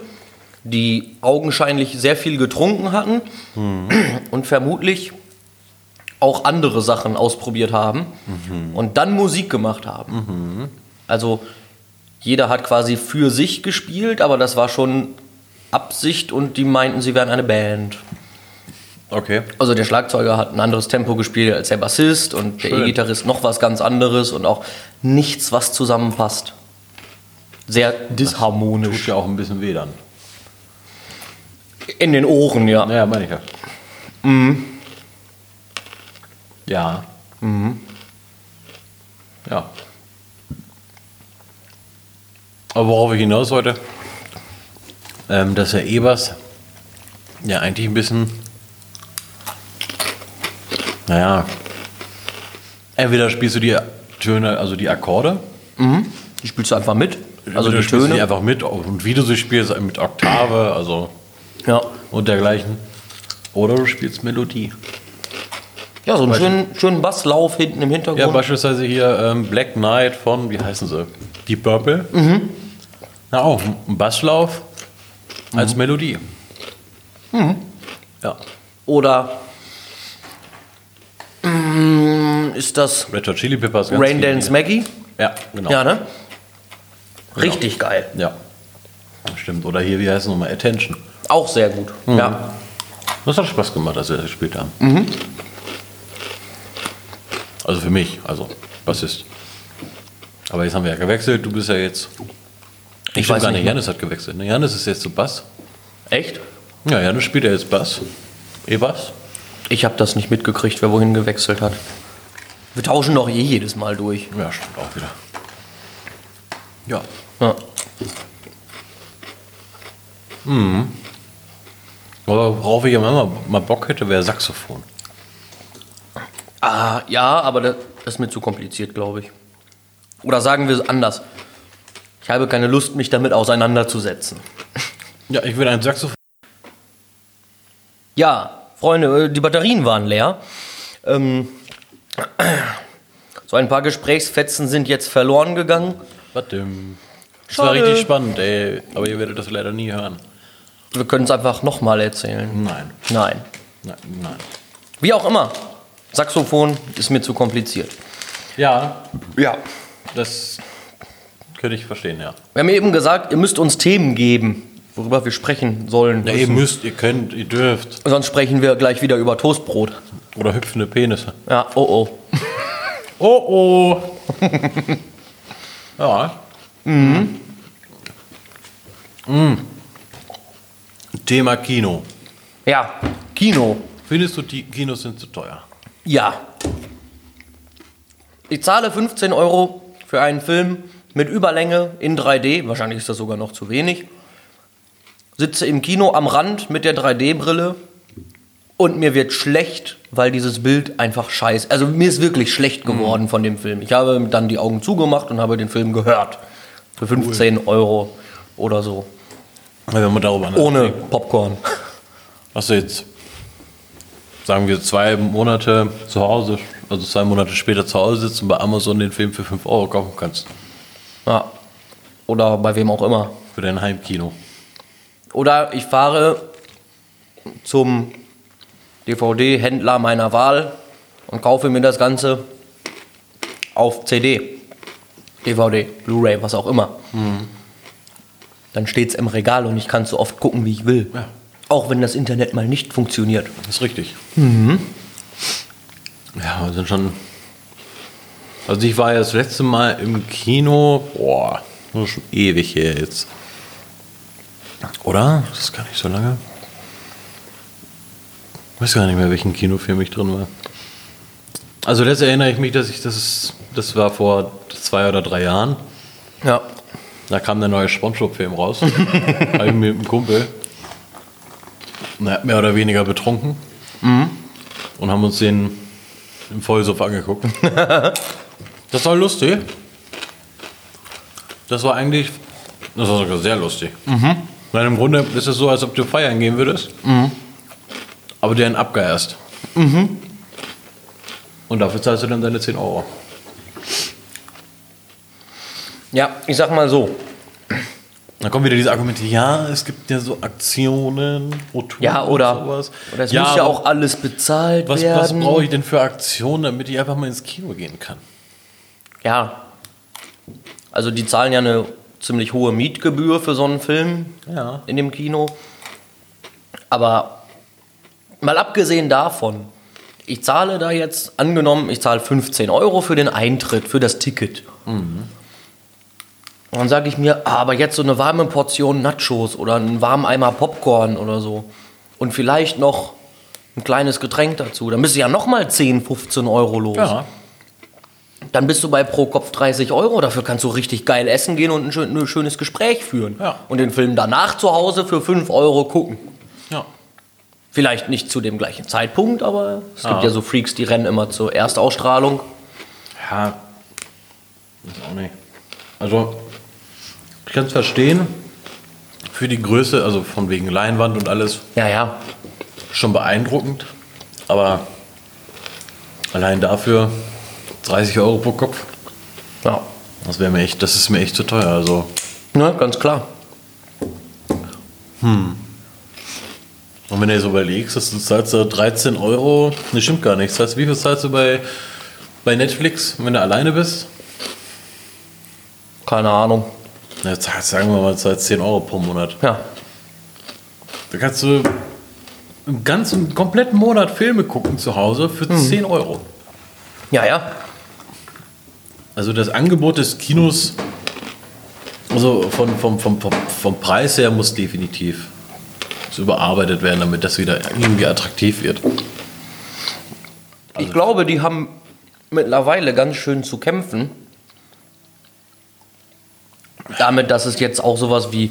Speaker 1: die augenscheinlich sehr viel getrunken hatten und vermutlich auch andere Sachen ausprobiert haben und dann Musik gemacht haben. Also jeder hat quasi für sich gespielt, aber das war schon Absicht und die meinten, sie wären eine Band.
Speaker 2: Okay.
Speaker 1: Also der Schlagzeuger hat ein anderes Tempo gespielt als der Bassist und der
Speaker 2: Schön.
Speaker 1: E-Gitarrist noch was ganz anderes und auch nichts, was zusammenpasst. Sehr
Speaker 2: Tut
Speaker 1: disharmonisch.
Speaker 2: ja auch ein bisschen weh dann.
Speaker 1: In den Ohren, ja.
Speaker 2: Naja, meine ich ja. Ja. Mhm. Ja. Aber worauf ich hinaus wollte, ähm, dass Herr Ebers ja eigentlich ein bisschen, naja, entweder spielst du die Töne, also die Akkorde,
Speaker 1: Mhm. Die spielst du einfach mit. Also
Speaker 2: entweder
Speaker 1: die
Speaker 2: spielst du
Speaker 1: Töne.
Speaker 2: die einfach mit und wie du sie spielst, mit Oktave, also
Speaker 1: ja.
Speaker 2: und dergleichen. Oder du spielst Melodie.
Speaker 1: ja, so einen schönen, schönen Basslauf hinten im Hintergrund.
Speaker 2: Ja, beispielsweise hier ähm, Black Knight von, wie heißen sie? Deep Purple. Na auch, ein Basslauf
Speaker 1: Mhm.
Speaker 2: als Melodie. Ja,
Speaker 1: Oder mm, ist das
Speaker 2: Red Hot Chili Peppers. ganz
Speaker 1: Rain
Speaker 2: viel.
Speaker 1: Dance Maggie?
Speaker 2: Ja, genau.
Speaker 1: Ja,
Speaker 2: Ja.
Speaker 1: ne? Richtig geil.
Speaker 2: Das stimmt. Oder hier, wie heißt es nochmal? Attention.
Speaker 1: Auch sehr gut.
Speaker 2: Mhm.
Speaker 1: Ja.
Speaker 2: Das hat Spaß gemacht, als wir das gespielt haben. Also für mich, also Bassist. Aber jetzt haben wir ja gewechselt. Du bist ja jetzt. Ich,
Speaker 1: Ich
Speaker 2: weiß
Speaker 1: weiß
Speaker 2: gar nicht,
Speaker 1: nicht mehr.
Speaker 2: Janis hat gewechselt. Ne, Janis ist jetzt zu Bass.
Speaker 1: Echt?
Speaker 2: Ja, Janis spielt ja jetzt Bass. Eh, E-Bass.
Speaker 1: Ich habe das nicht mitgekriegt, wer wohin gewechselt hat. Wir tauschen doch eh jedes Mal durch.
Speaker 2: Ja, stimmt auch wieder. Ja.
Speaker 1: Ja.
Speaker 2: Aber worauf ich immer mal- mal Bock hätte, wäre Saxophon.
Speaker 1: Ah, ja, aber das ist mir zu kompliziert, glaube ich. Oder sagen wir es anders. Ich habe keine Lust, mich damit auseinanderzusetzen.
Speaker 2: Ja, ich will ein Saxophon.
Speaker 1: Ja, Freunde, äh, die Batterien waren leer. Ähm, so ein paar Gesprächsfetzen sind jetzt verloren gegangen.
Speaker 2: Warte. Das war
Speaker 1: Schade.
Speaker 2: richtig spannend, ey. Aber ihr werdet das leider nie hören.
Speaker 1: Wir können es einfach nochmal erzählen.
Speaker 2: Nein.
Speaker 1: Nein.
Speaker 2: Nein, nein.
Speaker 1: Wie auch immer. Saxophon ist mir zu kompliziert.
Speaker 2: Ja,
Speaker 1: Ja.
Speaker 2: das könnte ich verstehen, ja.
Speaker 1: Wir haben eben gesagt, ihr müsst uns Themen geben, worüber wir sprechen sollen.
Speaker 2: ja ihr müsst, ihr könnt, ihr dürft.
Speaker 1: Sonst sprechen wir gleich wieder über Toastbrot.
Speaker 2: Oder hüpfende Penisse.
Speaker 1: Ja, oh oh.
Speaker 2: Oh oh. ja. Mhm. Mhm. Thema Kino.
Speaker 1: Ja, Kino.
Speaker 2: Findest du, die Kinos sind zu teuer?
Speaker 1: Ja. Ich zahle 15 Euro für einen Film mit Überlänge in 3D. Wahrscheinlich ist das sogar noch zu wenig. Sitze im Kino am Rand mit der 3D-Brille und mir wird schlecht, weil dieses Bild einfach scheiße. Also mir ist wirklich schlecht geworden von dem Film. Ich habe dann die Augen zugemacht und habe den Film gehört. Für 15 Euro oder so.
Speaker 2: Wenn man darüber
Speaker 1: Ohne Popcorn.
Speaker 2: Was jetzt, sagen wir, zwei Monate zu Hause, also zwei Monate später zu Hause sitzen, bei Amazon den Film für 5 Euro kaufen kannst.
Speaker 1: Ja. Oder bei wem auch immer.
Speaker 2: Für dein Heimkino.
Speaker 1: Oder ich fahre zum DVD-Händler meiner Wahl und kaufe mir das Ganze auf CD, DVD, Blu-ray, was auch immer.
Speaker 2: Mhm.
Speaker 1: Dann steht es im Regal und ich kann so oft gucken, wie ich will.
Speaker 2: Ja.
Speaker 1: Auch wenn das Internet mal nicht funktioniert.
Speaker 2: Ist richtig. Mhm. Ja, wir sind schon. Also ich war ja das letzte Mal im Kino. Boah, das ist schon ewig her jetzt. Oder? Das ist gar nicht so lange. Ich weiß gar nicht mehr, welchen Kinofilm ich drin war. Also das erinnere ich mich, dass ich das. Das war vor zwei oder drei Jahren.
Speaker 1: Ja.
Speaker 2: Da kam der neue Spongebob-Film raus. Habe ich mit einem Kumpel. Na, mehr oder weniger betrunken. Und haben uns den im Vollsuff angeguckt. das war lustig. Das war eigentlich. Das war sogar sehr lustig. Weil im Grunde ist es so, als ob du feiern gehen würdest. Aber dir einen abgeerst. Und dafür zahlst du dann deine 10 Euro.
Speaker 1: Ja, ich sag mal so.
Speaker 2: Da kommen wieder diese Argumente, ja, es gibt ja so Aktionen, Retouren
Speaker 1: Ja, oder,
Speaker 2: und sowas.
Speaker 1: oder es muss ja
Speaker 2: aber
Speaker 1: auch alles bezahlt
Speaker 2: Was,
Speaker 1: werden.
Speaker 2: was brauche ich denn für Aktionen, damit ich einfach mal ins Kino gehen kann?
Speaker 1: Ja. Also die zahlen ja eine ziemlich hohe Mietgebühr für so einen Film
Speaker 2: Ja.
Speaker 1: in dem Kino. Aber mal abgesehen davon, ich zahle da jetzt, angenommen, ich zahle 15 Euro für den Eintritt, für das Ticket.
Speaker 2: Mhm.
Speaker 1: Und dann sage ich mir, ah, aber jetzt so eine warme Portion Nachos oder einen warmen Eimer Popcorn oder so. Und vielleicht noch ein kleines Getränk dazu. Dann bist du ja nochmal 10, 15 Euro los.
Speaker 2: Ja.
Speaker 1: Dann bist du bei pro Kopf 30 Euro. Dafür kannst du richtig geil essen gehen und ein, schön, ein schönes Gespräch führen.
Speaker 2: Ja.
Speaker 1: Und den Film danach zu Hause für 5 Euro gucken.
Speaker 2: ja.
Speaker 1: Vielleicht nicht zu dem gleichen Zeitpunkt, aber es
Speaker 2: Ah.
Speaker 1: gibt ja so Freaks, die rennen immer zur Erstausstrahlung.
Speaker 2: Ja. Ist auch nicht. Also, ich kann es verstehen. Für die Größe, also von wegen Leinwand und alles,
Speaker 1: Ja, ja.
Speaker 2: schon beeindruckend. Aber allein dafür 30 Euro pro Kopf,
Speaker 1: Ja.
Speaker 2: das wäre mir echt, das ist mir echt zu teuer. Also,
Speaker 1: Ne, ganz klar.
Speaker 2: und wenn du dir so überlegst, dass du zahlst da 13 Euro, ne, stimmt gar nicht. Das heißt, wie viel zahlst du bei, bei Netflix, wenn du alleine bist?
Speaker 1: Keine Ahnung.
Speaker 2: Na, zahlst- sagen wir mal, zahlst 10 Euro pro Monat.
Speaker 1: Ja.
Speaker 2: Da kannst du einen ganzen kompletten Monat Filme gucken zu Hause für 10 Euro.
Speaker 1: Ja, ja.
Speaker 2: Also das Angebot des Kinos, also von, vom, vom, vom, vom Preis her muss definitiv so überarbeitet werden, damit das wieder irgendwie attraktiv wird.
Speaker 1: Ich glaube, die haben mittlerweile ganz schön zu kämpfen. Damit, dass es jetzt auch sowas wie,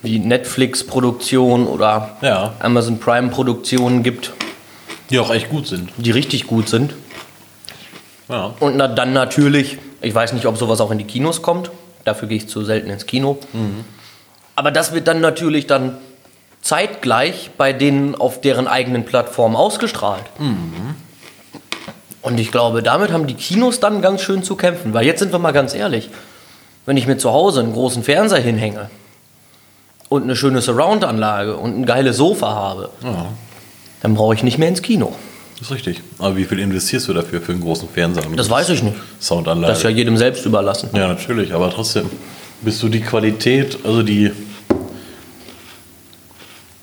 Speaker 1: wie Netflix-Produktion oder
Speaker 2: Ja.
Speaker 1: Amazon Prime-Produktionen gibt,
Speaker 2: Die auch echt gut sind.
Speaker 1: die richtig gut sind.
Speaker 2: Ja.
Speaker 1: Und na, dann natürlich, ich weiß nicht, ob sowas auch in die Kinos kommt. Dafür gehe ich zu selten ins Kino.
Speaker 2: Mhm.
Speaker 1: Aber das wird dann natürlich dann zeitgleich bei denen auf deren eigenen Plattformen ausgestrahlt.
Speaker 2: Mhm.
Speaker 1: Und ich glaube, damit haben die Kinos dann ganz schön zu kämpfen. Weil jetzt sind wir mal ganz ehrlich, wenn ich mir zu Hause einen großen Fernseher hinhänge und eine schöne Surround-Anlage und ein geiles Sofa habe,
Speaker 2: ja,
Speaker 1: dann brauche ich nicht mehr ins Kino.
Speaker 2: ist richtig. Aber wie viel investierst du dafür für einen großen Fernseher? und
Speaker 1: Das weiß ich nicht.
Speaker 2: Soundanlage.
Speaker 1: Das ist ja jedem selbst überlassen.
Speaker 2: Ja, natürlich, aber trotzdem bist du die Qualität, also die.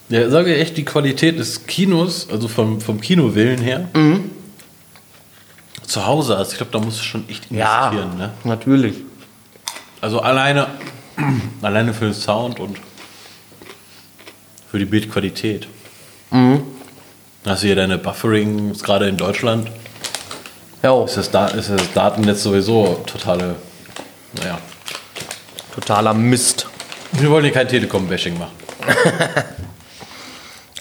Speaker 2: Ja, sage ich echt, die Qualität des Kinos, also vom, vom Kinowillen her,
Speaker 1: Mhm.
Speaker 2: zu Hause, also ich glaube, da musst du schon echt
Speaker 1: Ja,
Speaker 2: investieren. Ne?
Speaker 1: natürlich.
Speaker 2: Also alleine, alleine für den Sound und für die Bildqualität.
Speaker 1: Mhm.
Speaker 2: Da Hast du hier deine Buffering, gerade in Deutschland,
Speaker 1: Ja, oh,
Speaker 2: ist das, da ist das Datennetz sowieso totale, naja,
Speaker 1: totaler Mist.
Speaker 2: Wir wollen hier kein Telekom-Bashing machen.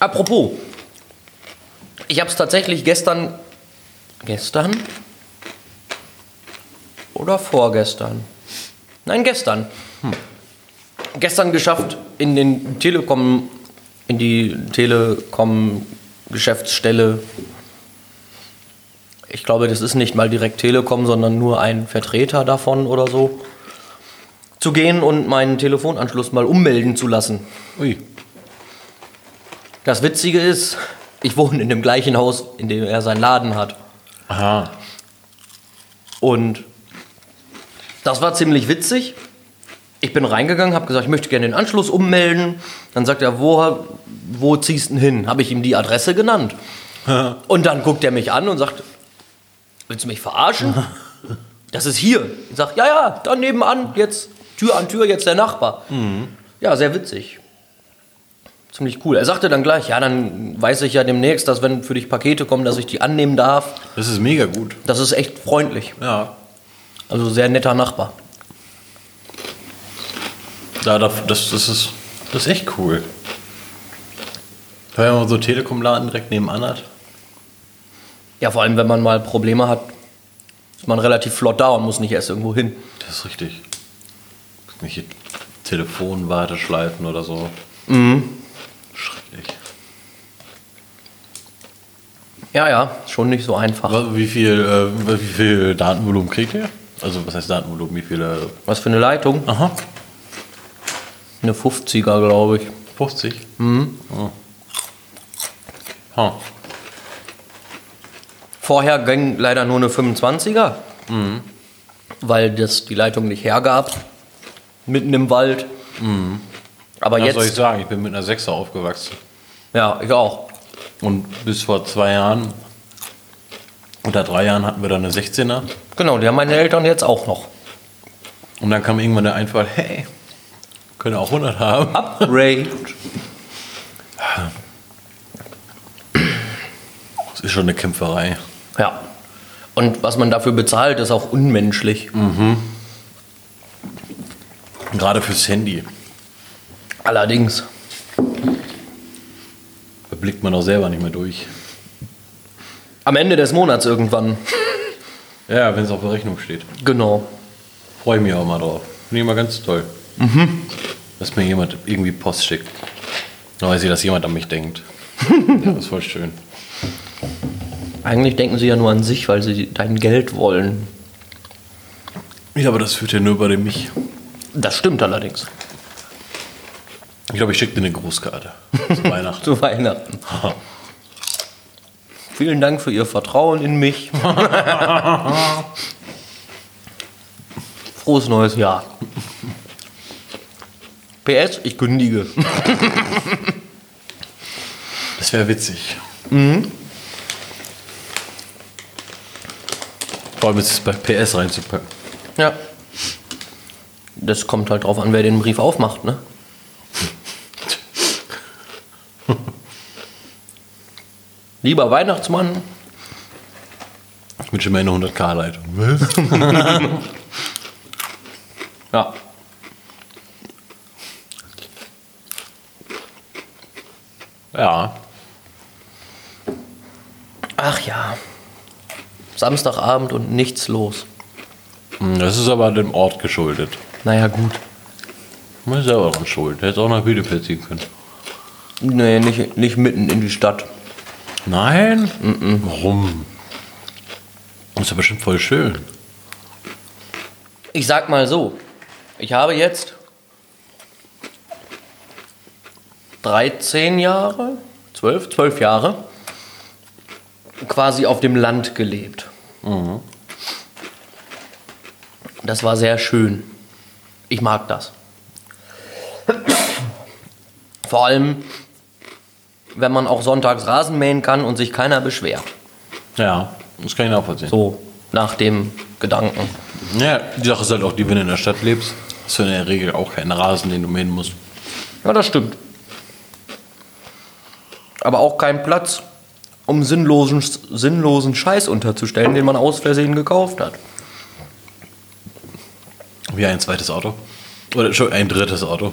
Speaker 1: Apropos, ich habe es tatsächlich gestern, gestern oder vorgestern? Nein, gestern. Gestern geschafft, in den Telekom, in die Telekom-Geschäftsstelle. Ich glaube, das ist nicht mal direkt Telekom, sondern nur ein Vertreter davon oder so. Zu gehen und meinen Telefonanschluss mal ummelden zu lassen.
Speaker 2: Ui.
Speaker 1: Das Witzige ist, ich wohne in dem gleichen Haus, in dem er seinen Laden hat.
Speaker 2: Aha.
Speaker 1: Und das war ziemlich witzig. Ich bin reingegangen, habe gesagt, ich möchte gerne den Anschluss ummelden. Dann sagt er, wo, wo ziehst du denn hin? Habe ich ihm die Adresse genannt. Und dann guckt er mich an und sagt, willst du mich verarschen? Das ist hier. Ich sage, ja, ja, dann nebenan, jetzt Tür an Tür, jetzt der Nachbar. Ja, sehr witzig. Ziemlich cool. Er sagte dann gleich, ja, dann weiß ich ja demnächst, dass wenn für dich Pakete kommen, dass ich die annehmen darf.
Speaker 2: Das ist mega gut.
Speaker 1: Das ist echt freundlich.
Speaker 2: Ja.
Speaker 1: Also sehr netter Nachbar.
Speaker 2: Da, da, das, das, ist, das ist echt cool. Wenn man so einen Telekom-Laden direkt nebenan hat.
Speaker 1: Ja, vor allem, wenn man mal Probleme hat, ist man relativ flott da und muss nicht erst irgendwo hin.
Speaker 2: Das ist richtig. Nicht hier Telefonwarteschleifen oder so. Mhm. Schrecklich.
Speaker 1: Ja, ja, schon nicht so einfach.
Speaker 2: Aber Wie viel, äh, wie viel Datenvolumen kriegt ihr? Also, was heißt Datenvolumen? Wie viele?
Speaker 1: Was für eine Leitung?
Speaker 2: Aha.
Speaker 1: Eine 50er, glaube ich.
Speaker 2: 50. Mhm. Oh. Ha.
Speaker 1: Vorher ging leider nur eine 25er,
Speaker 2: Mhm.
Speaker 1: weil das die Leitung nicht hergab, mitten im Wald. Aber
Speaker 2: Was Mhm. soll ich
Speaker 1: jetzt,
Speaker 2: sagen? Ich bin mit einer 6er aufgewachsen.
Speaker 1: ja, ich auch.
Speaker 2: Und bis vor zwei Jahren oder drei Jahren hatten wir dann eine 16er.
Speaker 1: Genau, die haben meine Eltern jetzt auch noch.
Speaker 2: Und dann kam irgendwann der Einfall, hey, können auch 100 haben.
Speaker 1: Upgrade.
Speaker 2: ist schon eine Kämpferei.
Speaker 1: Ja. Und was man dafür bezahlt, ist auch unmenschlich.
Speaker 2: Mhm. Gerade fürs Handy.
Speaker 1: Allerdings.
Speaker 2: Da blickt man auch selber nicht mehr durch.
Speaker 1: Am Ende des Monats irgendwann.
Speaker 2: Ja, wenn es auf der Rechnung steht.
Speaker 1: Genau.
Speaker 2: Freue ich mich auch mal drauf. Finde ich immer ganz toll. Mhm. Dass mir jemand irgendwie Post schickt. Dann weiß ich, dass jemand an mich denkt. ja, das ist voll schön.
Speaker 1: Eigentlich denken sie ja nur an sich, weil sie dein Geld wollen.
Speaker 2: Ich glaube, das führt ja nur über den mich.
Speaker 1: Das stimmt allerdings.
Speaker 2: Ich glaube, ich schicke dir eine Grußkarte. Zu Weihnachten.
Speaker 1: Zu Weihnachten. Vielen Dank für Ihr Vertrauen in mich. Frohes neues Jahr. PS, ich kündige.
Speaker 2: Das wäre witzig. Mhm. Vor allem jetzt bei PS reinzupacken.
Speaker 1: Ja. Das kommt halt drauf an, wer den Brief aufmacht, ne? Lieber Weihnachtsmann,
Speaker 2: Ich wünsche mir eine 100k-Leitung. Was?
Speaker 1: ja.
Speaker 2: Ja.
Speaker 1: Ach ja. Samstagabend und nichts los.
Speaker 2: Hm, Das ist aber dem Ort geschuldet.
Speaker 1: Naja, gut.
Speaker 2: Man ist selber dran schuld. Hätte auch nach Bielefeld ziehen können.
Speaker 1: Nee, nicht, nicht mitten in die Stadt.
Speaker 2: Nein? Warum? Das ist ja bestimmt voll schön.
Speaker 1: Ich sag mal so, ich habe jetzt 13 Jahre, 12, 12 Jahre quasi auf dem Land gelebt. Das war sehr schön. Ich mag das. Vor allem, wenn man auch sonntags Rasen mähen kann und sich keiner beschwert.
Speaker 2: Ja, das kann ich nachvollziehen.
Speaker 1: So, nach dem Gedanken.
Speaker 2: Ja, die Sache ist halt auch die, wenn du in der Stadt lebst, hast du in der Regel auch keinen Rasen, den du mähen musst.
Speaker 1: Ja, das stimmt. Aber auch kein Platz, um sinnlosen, sinnlosen Scheiß unterzustellen, den man aus Versehen gekauft hat.
Speaker 2: Wie ein zweites Auto. Oder schon ein drittes Auto.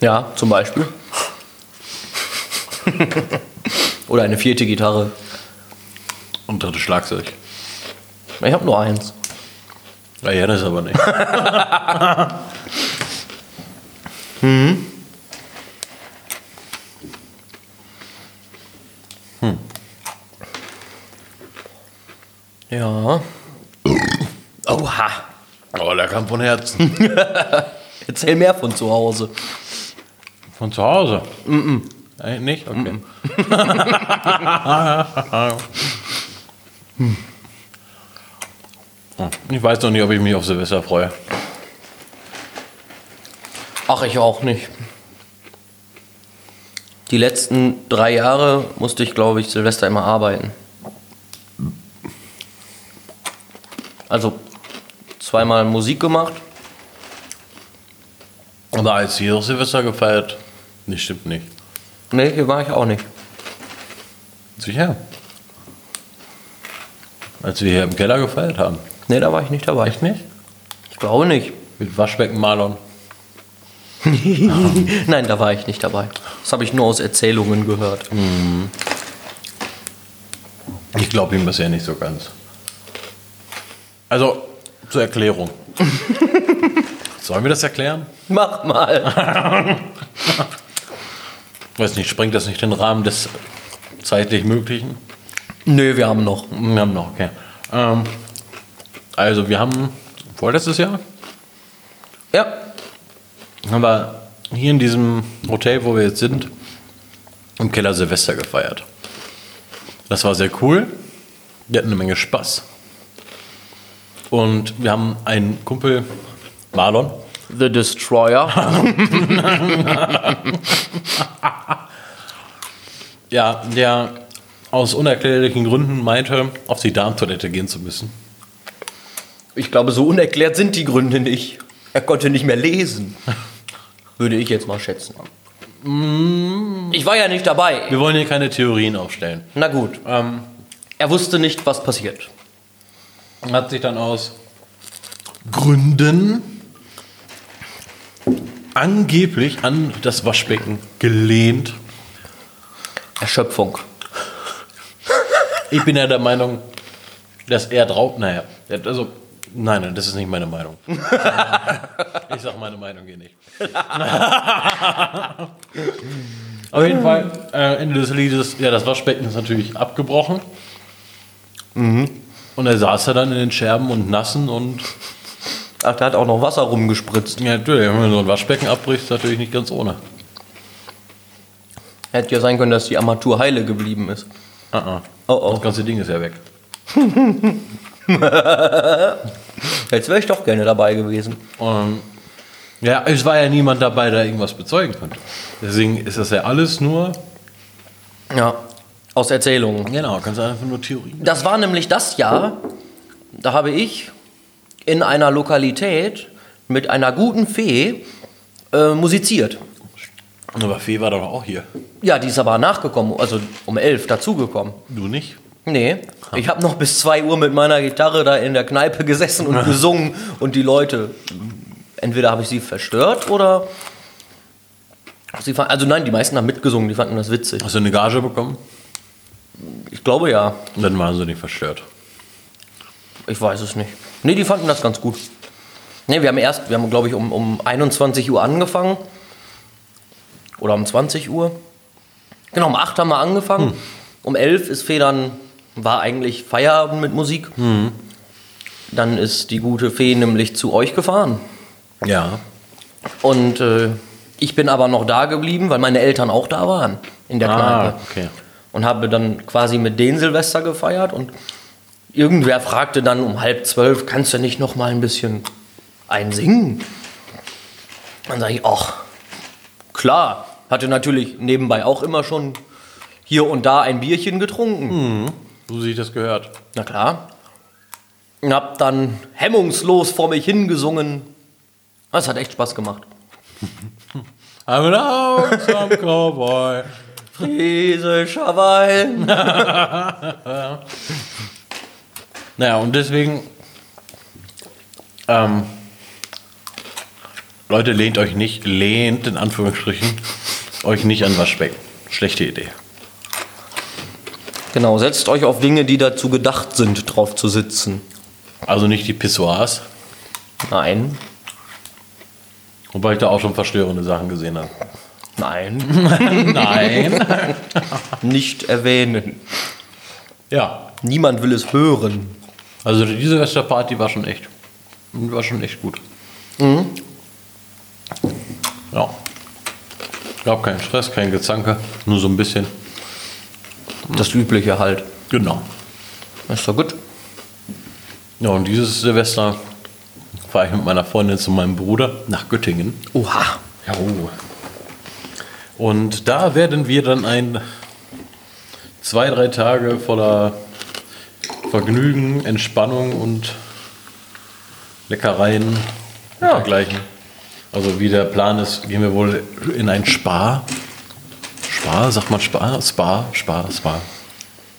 Speaker 1: Ja, zum Beispiel. Oder eine vierte Gitarre.
Speaker 2: Und drittes Schlagzeug.
Speaker 1: Ich habe nur eins.
Speaker 2: Ja, ja, das ist aber nicht.
Speaker 1: Ja. Oha.
Speaker 2: Aber Oh, der kam von Herzen.
Speaker 1: Erzähl mehr von zu Hause.
Speaker 2: Von zu Hause? Mhm. Nein, nicht? Okay. Hm. Hm. Ich weiß noch nicht, ob ich mich auf Silvester freue.
Speaker 1: Ach, ich auch nicht. Die letzten drei Jahre musste ich, glaube ich, Silvester immer arbeiten. Also zweimal Musik gemacht.
Speaker 2: Und als hier Silvester gefeiert? Nee, stimmt nicht.
Speaker 1: Nee, hier war ich auch nicht.
Speaker 2: Sicher. Als wir hier im Keller gefeiert haben.
Speaker 1: Nee, da war ich nicht dabei.
Speaker 2: Echt nicht?
Speaker 1: Ich glaube nicht.
Speaker 2: Mit Waschbeckenmalern.
Speaker 1: Nein, da war ich nicht dabei. Das habe ich nur aus Erzählungen gehört.
Speaker 2: Ich glaube ihm bisher nicht so ganz. Also, zur Erklärung. Sollen wir das erklären?
Speaker 1: Mach mal.
Speaker 2: Weiß nicht, sprengt das nicht den Rahmen des zeitlich Möglichen?
Speaker 1: Nö, wir haben noch.
Speaker 2: Wir haben noch, okay. Ähm, also, wir haben vorletztes Jahr
Speaker 1: Ja.
Speaker 2: haben wir hier in diesem Hotel, wo wir jetzt sind, im Keller Silvester gefeiert. Das war sehr cool. Wir hatten eine Menge Spaß. Und wir haben einen Kumpel, Marlon,
Speaker 1: The Destroyer.
Speaker 2: ja, der aus unerklärlichen Gründen meinte, auf die Darmtoilette gehen zu müssen.
Speaker 1: Ich glaube, so unerklärt sind die Gründe nicht. Er konnte nicht mehr lesen. Würde ich jetzt mal schätzen. Ich war ja nicht dabei.
Speaker 2: Wir wollen hier keine Theorien aufstellen.
Speaker 1: Na gut.
Speaker 2: Ähm,
Speaker 1: Er wusste nicht, was passiert.
Speaker 2: hat sich dann aus Gründen angeblich an das Waschbecken gelehnt.
Speaker 1: Erschöpfung.
Speaker 2: Ich bin ja der Meinung, dass er drauf. Naja, also. Nein, nein, das ist nicht meine Meinung. ich sag meine Meinung hier nicht. Auf jeden Fall, äh, Ende des Liedes, ja, das Waschbecken ist natürlich abgebrochen. Mhm. Und er saß ja dann in den Scherben und Nassen und
Speaker 1: Ach, da hat auch noch Wasser rumgespritzt.
Speaker 2: Ja, natürlich. Wenn man so ein Waschbecken abbricht, ist natürlich nicht ganz ohne.
Speaker 1: Hätte ja sein können, dass die Armatur heile geblieben ist.
Speaker 2: Ah, ah.
Speaker 1: Oh, oh.
Speaker 2: Das ganze Ding ist ja weg.
Speaker 1: Jetzt wäre ich doch gerne dabei gewesen.
Speaker 2: Und, Ähm, ja, es war ja niemand dabei, der irgendwas bezeugen konnte. Deswegen ist das ja alles nur.
Speaker 1: Ja. Aus Erzählungen.
Speaker 2: Genau, ganz einfach nur Theorien.
Speaker 1: Das war nämlich das Jahr, da habe ich in einer Lokalität mit einer guten Fee äh, musiziert.
Speaker 2: Aber Fee war doch auch hier.
Speaker 1: Ja, die ist aber nachgekommen, also um elf dazugekommen.
Speaker 2: Du nicht?
Speaker 1: Nee, ich habe noch bis 2 Uhr mit meiner Gitarre da in der Kneipe gesessen und gesungen und die Leute, entweder habe ich sie verstört oder sie fanden, also nein, die meisten haben mitgesungen, die fanden das witzig.
Speaker 2: Hast du eine Gage bekommen?
Speaker 1: Ich glaube ja,
Speaker 2: Und dann waren sie nicht verstört.
Speaker 1: ich weiß es nicht. Nee, die fanden das ganz gut. Nee, wir haben erst, wir haben glaube ich um, um 21 Uhr angefangen oder um 20 Uhr. Genau, um 8 haben wir angefangen. Um 11 ist Federn, war eigentlich Feierabend mit Musik. Dann ist die gute Fee nämlich zu euch gefahren.
Speaker 2: Ja.
Speaker 1: Und äh, ich bin aber noch da geblieben, weil meine Eltern auch da waren in der
Speaker 2: Ah,
Speaker 1: Kneipe.
Speaker 2: okay.
Speaker 1: Und habe dann quasi mit denen Silvester gefeiert und irgendwer fragte dann um halb zwölf, kannst du nicht noch mal ein bisschen einsingen? Dann sage ich, ach, klar. Hatte natürlich nebenbei auch immer schon hier und da ein Bierchen getrunken.
Speaker 2: So sich das gehört.
Speaker 1: Na klar. Und hab dann hemmungslos vor mich hingesungen. Das hat echt Spaß gemacht.
Speaker 2: I'm an awesome cowboy.
Speaker 1: Friesischer Wein.
Speaker 2: Naja, und deswegen, ähm, Leute, lehnt euch nicht, lehnt in Anführungsstrichen, euch nicht an Waschbecken. Schlechte Idee.
Speaker 1: Genau, setzt euch auf Dinge, die dazu gedacht sind, drauf zu sitzen.
Speaker 2: Also nicht die Pissoirs,
Speaker 1: Nein,
Speaker 2: wobei ich da auch schon verstörende Sachen gesehen habe.
Speaker 1: nein,
Speaker 2: Nein.
Speaker 1: nicht erwähnen.
Speaker 2: ja,
Speaker 1: Niemand will es hören.
Speaker 2: also die Silvesterparty war schon echt, war schon echt gut. Mhm. Ja. Gab keinen Stress, kein Gezanke, nur so ein bisschen.
Speaker 1: Das Übliche halt.
Speaker 2: Genau.
Speaker 1: Ist doch gut.
Speaker 2: Ja, und dieses Silvester fahre ich mit meiner Freundin zu meinem Bruder nach Göttingen.
Speaker 1: Oha.
Speaker 2: Ja, oh. Und da werden wir dann ein zwei, drei Tage voller Vergnügen, Entspannung und Leckereien
Speaker 1: Ja.
Speaker 2: vergleichen. Also wie der Plan ist, gehen wir wohl in ein Spa. Spa, sagt man Spa? Spa, Spa, Spa.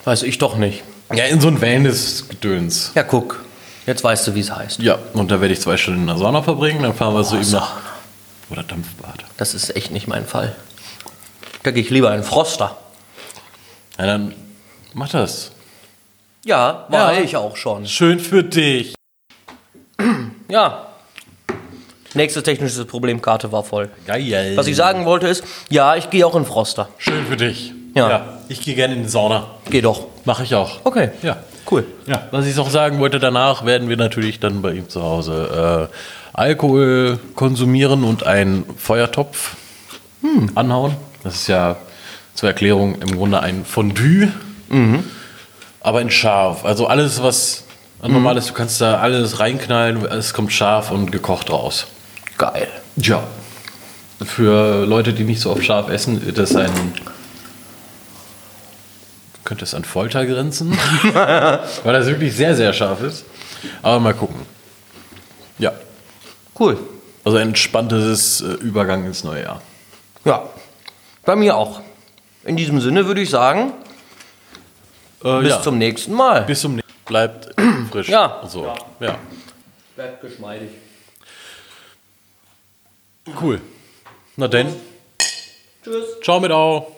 Speaker 1: Weiß ich doch nicht.
Speaker 2: Ja, in so ein Wellness-Gedöns.
Speaker 1: Ja, guck. Jetzt weißt du, wie es heißt.
Speaker 2: Ja, und da werde ich zwei Stunden in der Sauna verbringen, dann fahren wir so eben nach. Oder Dampfbad.
Speaker 1: Das ist echt nicht mein Fall. Da gehe ich lieber in den Froster.
Speaker 2: Ja, dann mach das.
Speaker 1: Ja, war
Speaker 2: Ja.
Speaker 1: ich auch schon.
Speaker 2: Schön für dich.
Speaker 1: Ja. Nächstes technisches Problem, Karte war voll.
Speaker 2: Geil.
Speaker 1: Was ich sagen wollte ist, ja, ich gehe auch in den Froster.
Speaker 2: Schön für dich.
Speaker 1: Ja.
Speaker 2: ich gehe gerne in die Sauna.
Speaker 1: Geh doch.
Speaker 2: Mache ich auch.
Speaker 1: Okay.
Speaker 2: Ja.
Speaker 1: Cool.
Speaker 2: Ja, was ich noch sagen wollte, danach werden wir natürlich dann bei ihm zu Hause äh, Alkohol konsumieren und einen Feuertopf anhauen. Das ist ja zur Erklärung im Grunde ein Fondue, aber in scharf. Also alles, was normal ist, du kannst da alles reinknallen, es kommt scharf und gekocht raus.
Speaker 1: Geil.
Speaker 2: Ja. Für Leute, die nicht so oft scharf essen, wird das ein. Könnte es an Folter grenzen? Weil das wirklich sehr, sehr scharf ist. Aber mal gucken. Ja.
Speaker 1: Cool.
Speaker 2: Also ein entspanntes äh, Übergang ins neue Jahr.
Speaker 1: Ja. Bei mir auch. In diesem Sinne würde ich sagen,
Speaker 2: Äh,
Speaker 1: bis
Speaker 2: ja.
Speaker 1: zum nächsten Mal.
Speaker 2: bis zum nächsten Bleibt frisch.
Speaker 1: Ja.
Speaker 2: So. ja.
Speaker 1: Bleibt geschmeidig.
Speaker 2: Cool. Na denn,
Speaker 1: Tschüss.
Speaker 2: ciao mit au.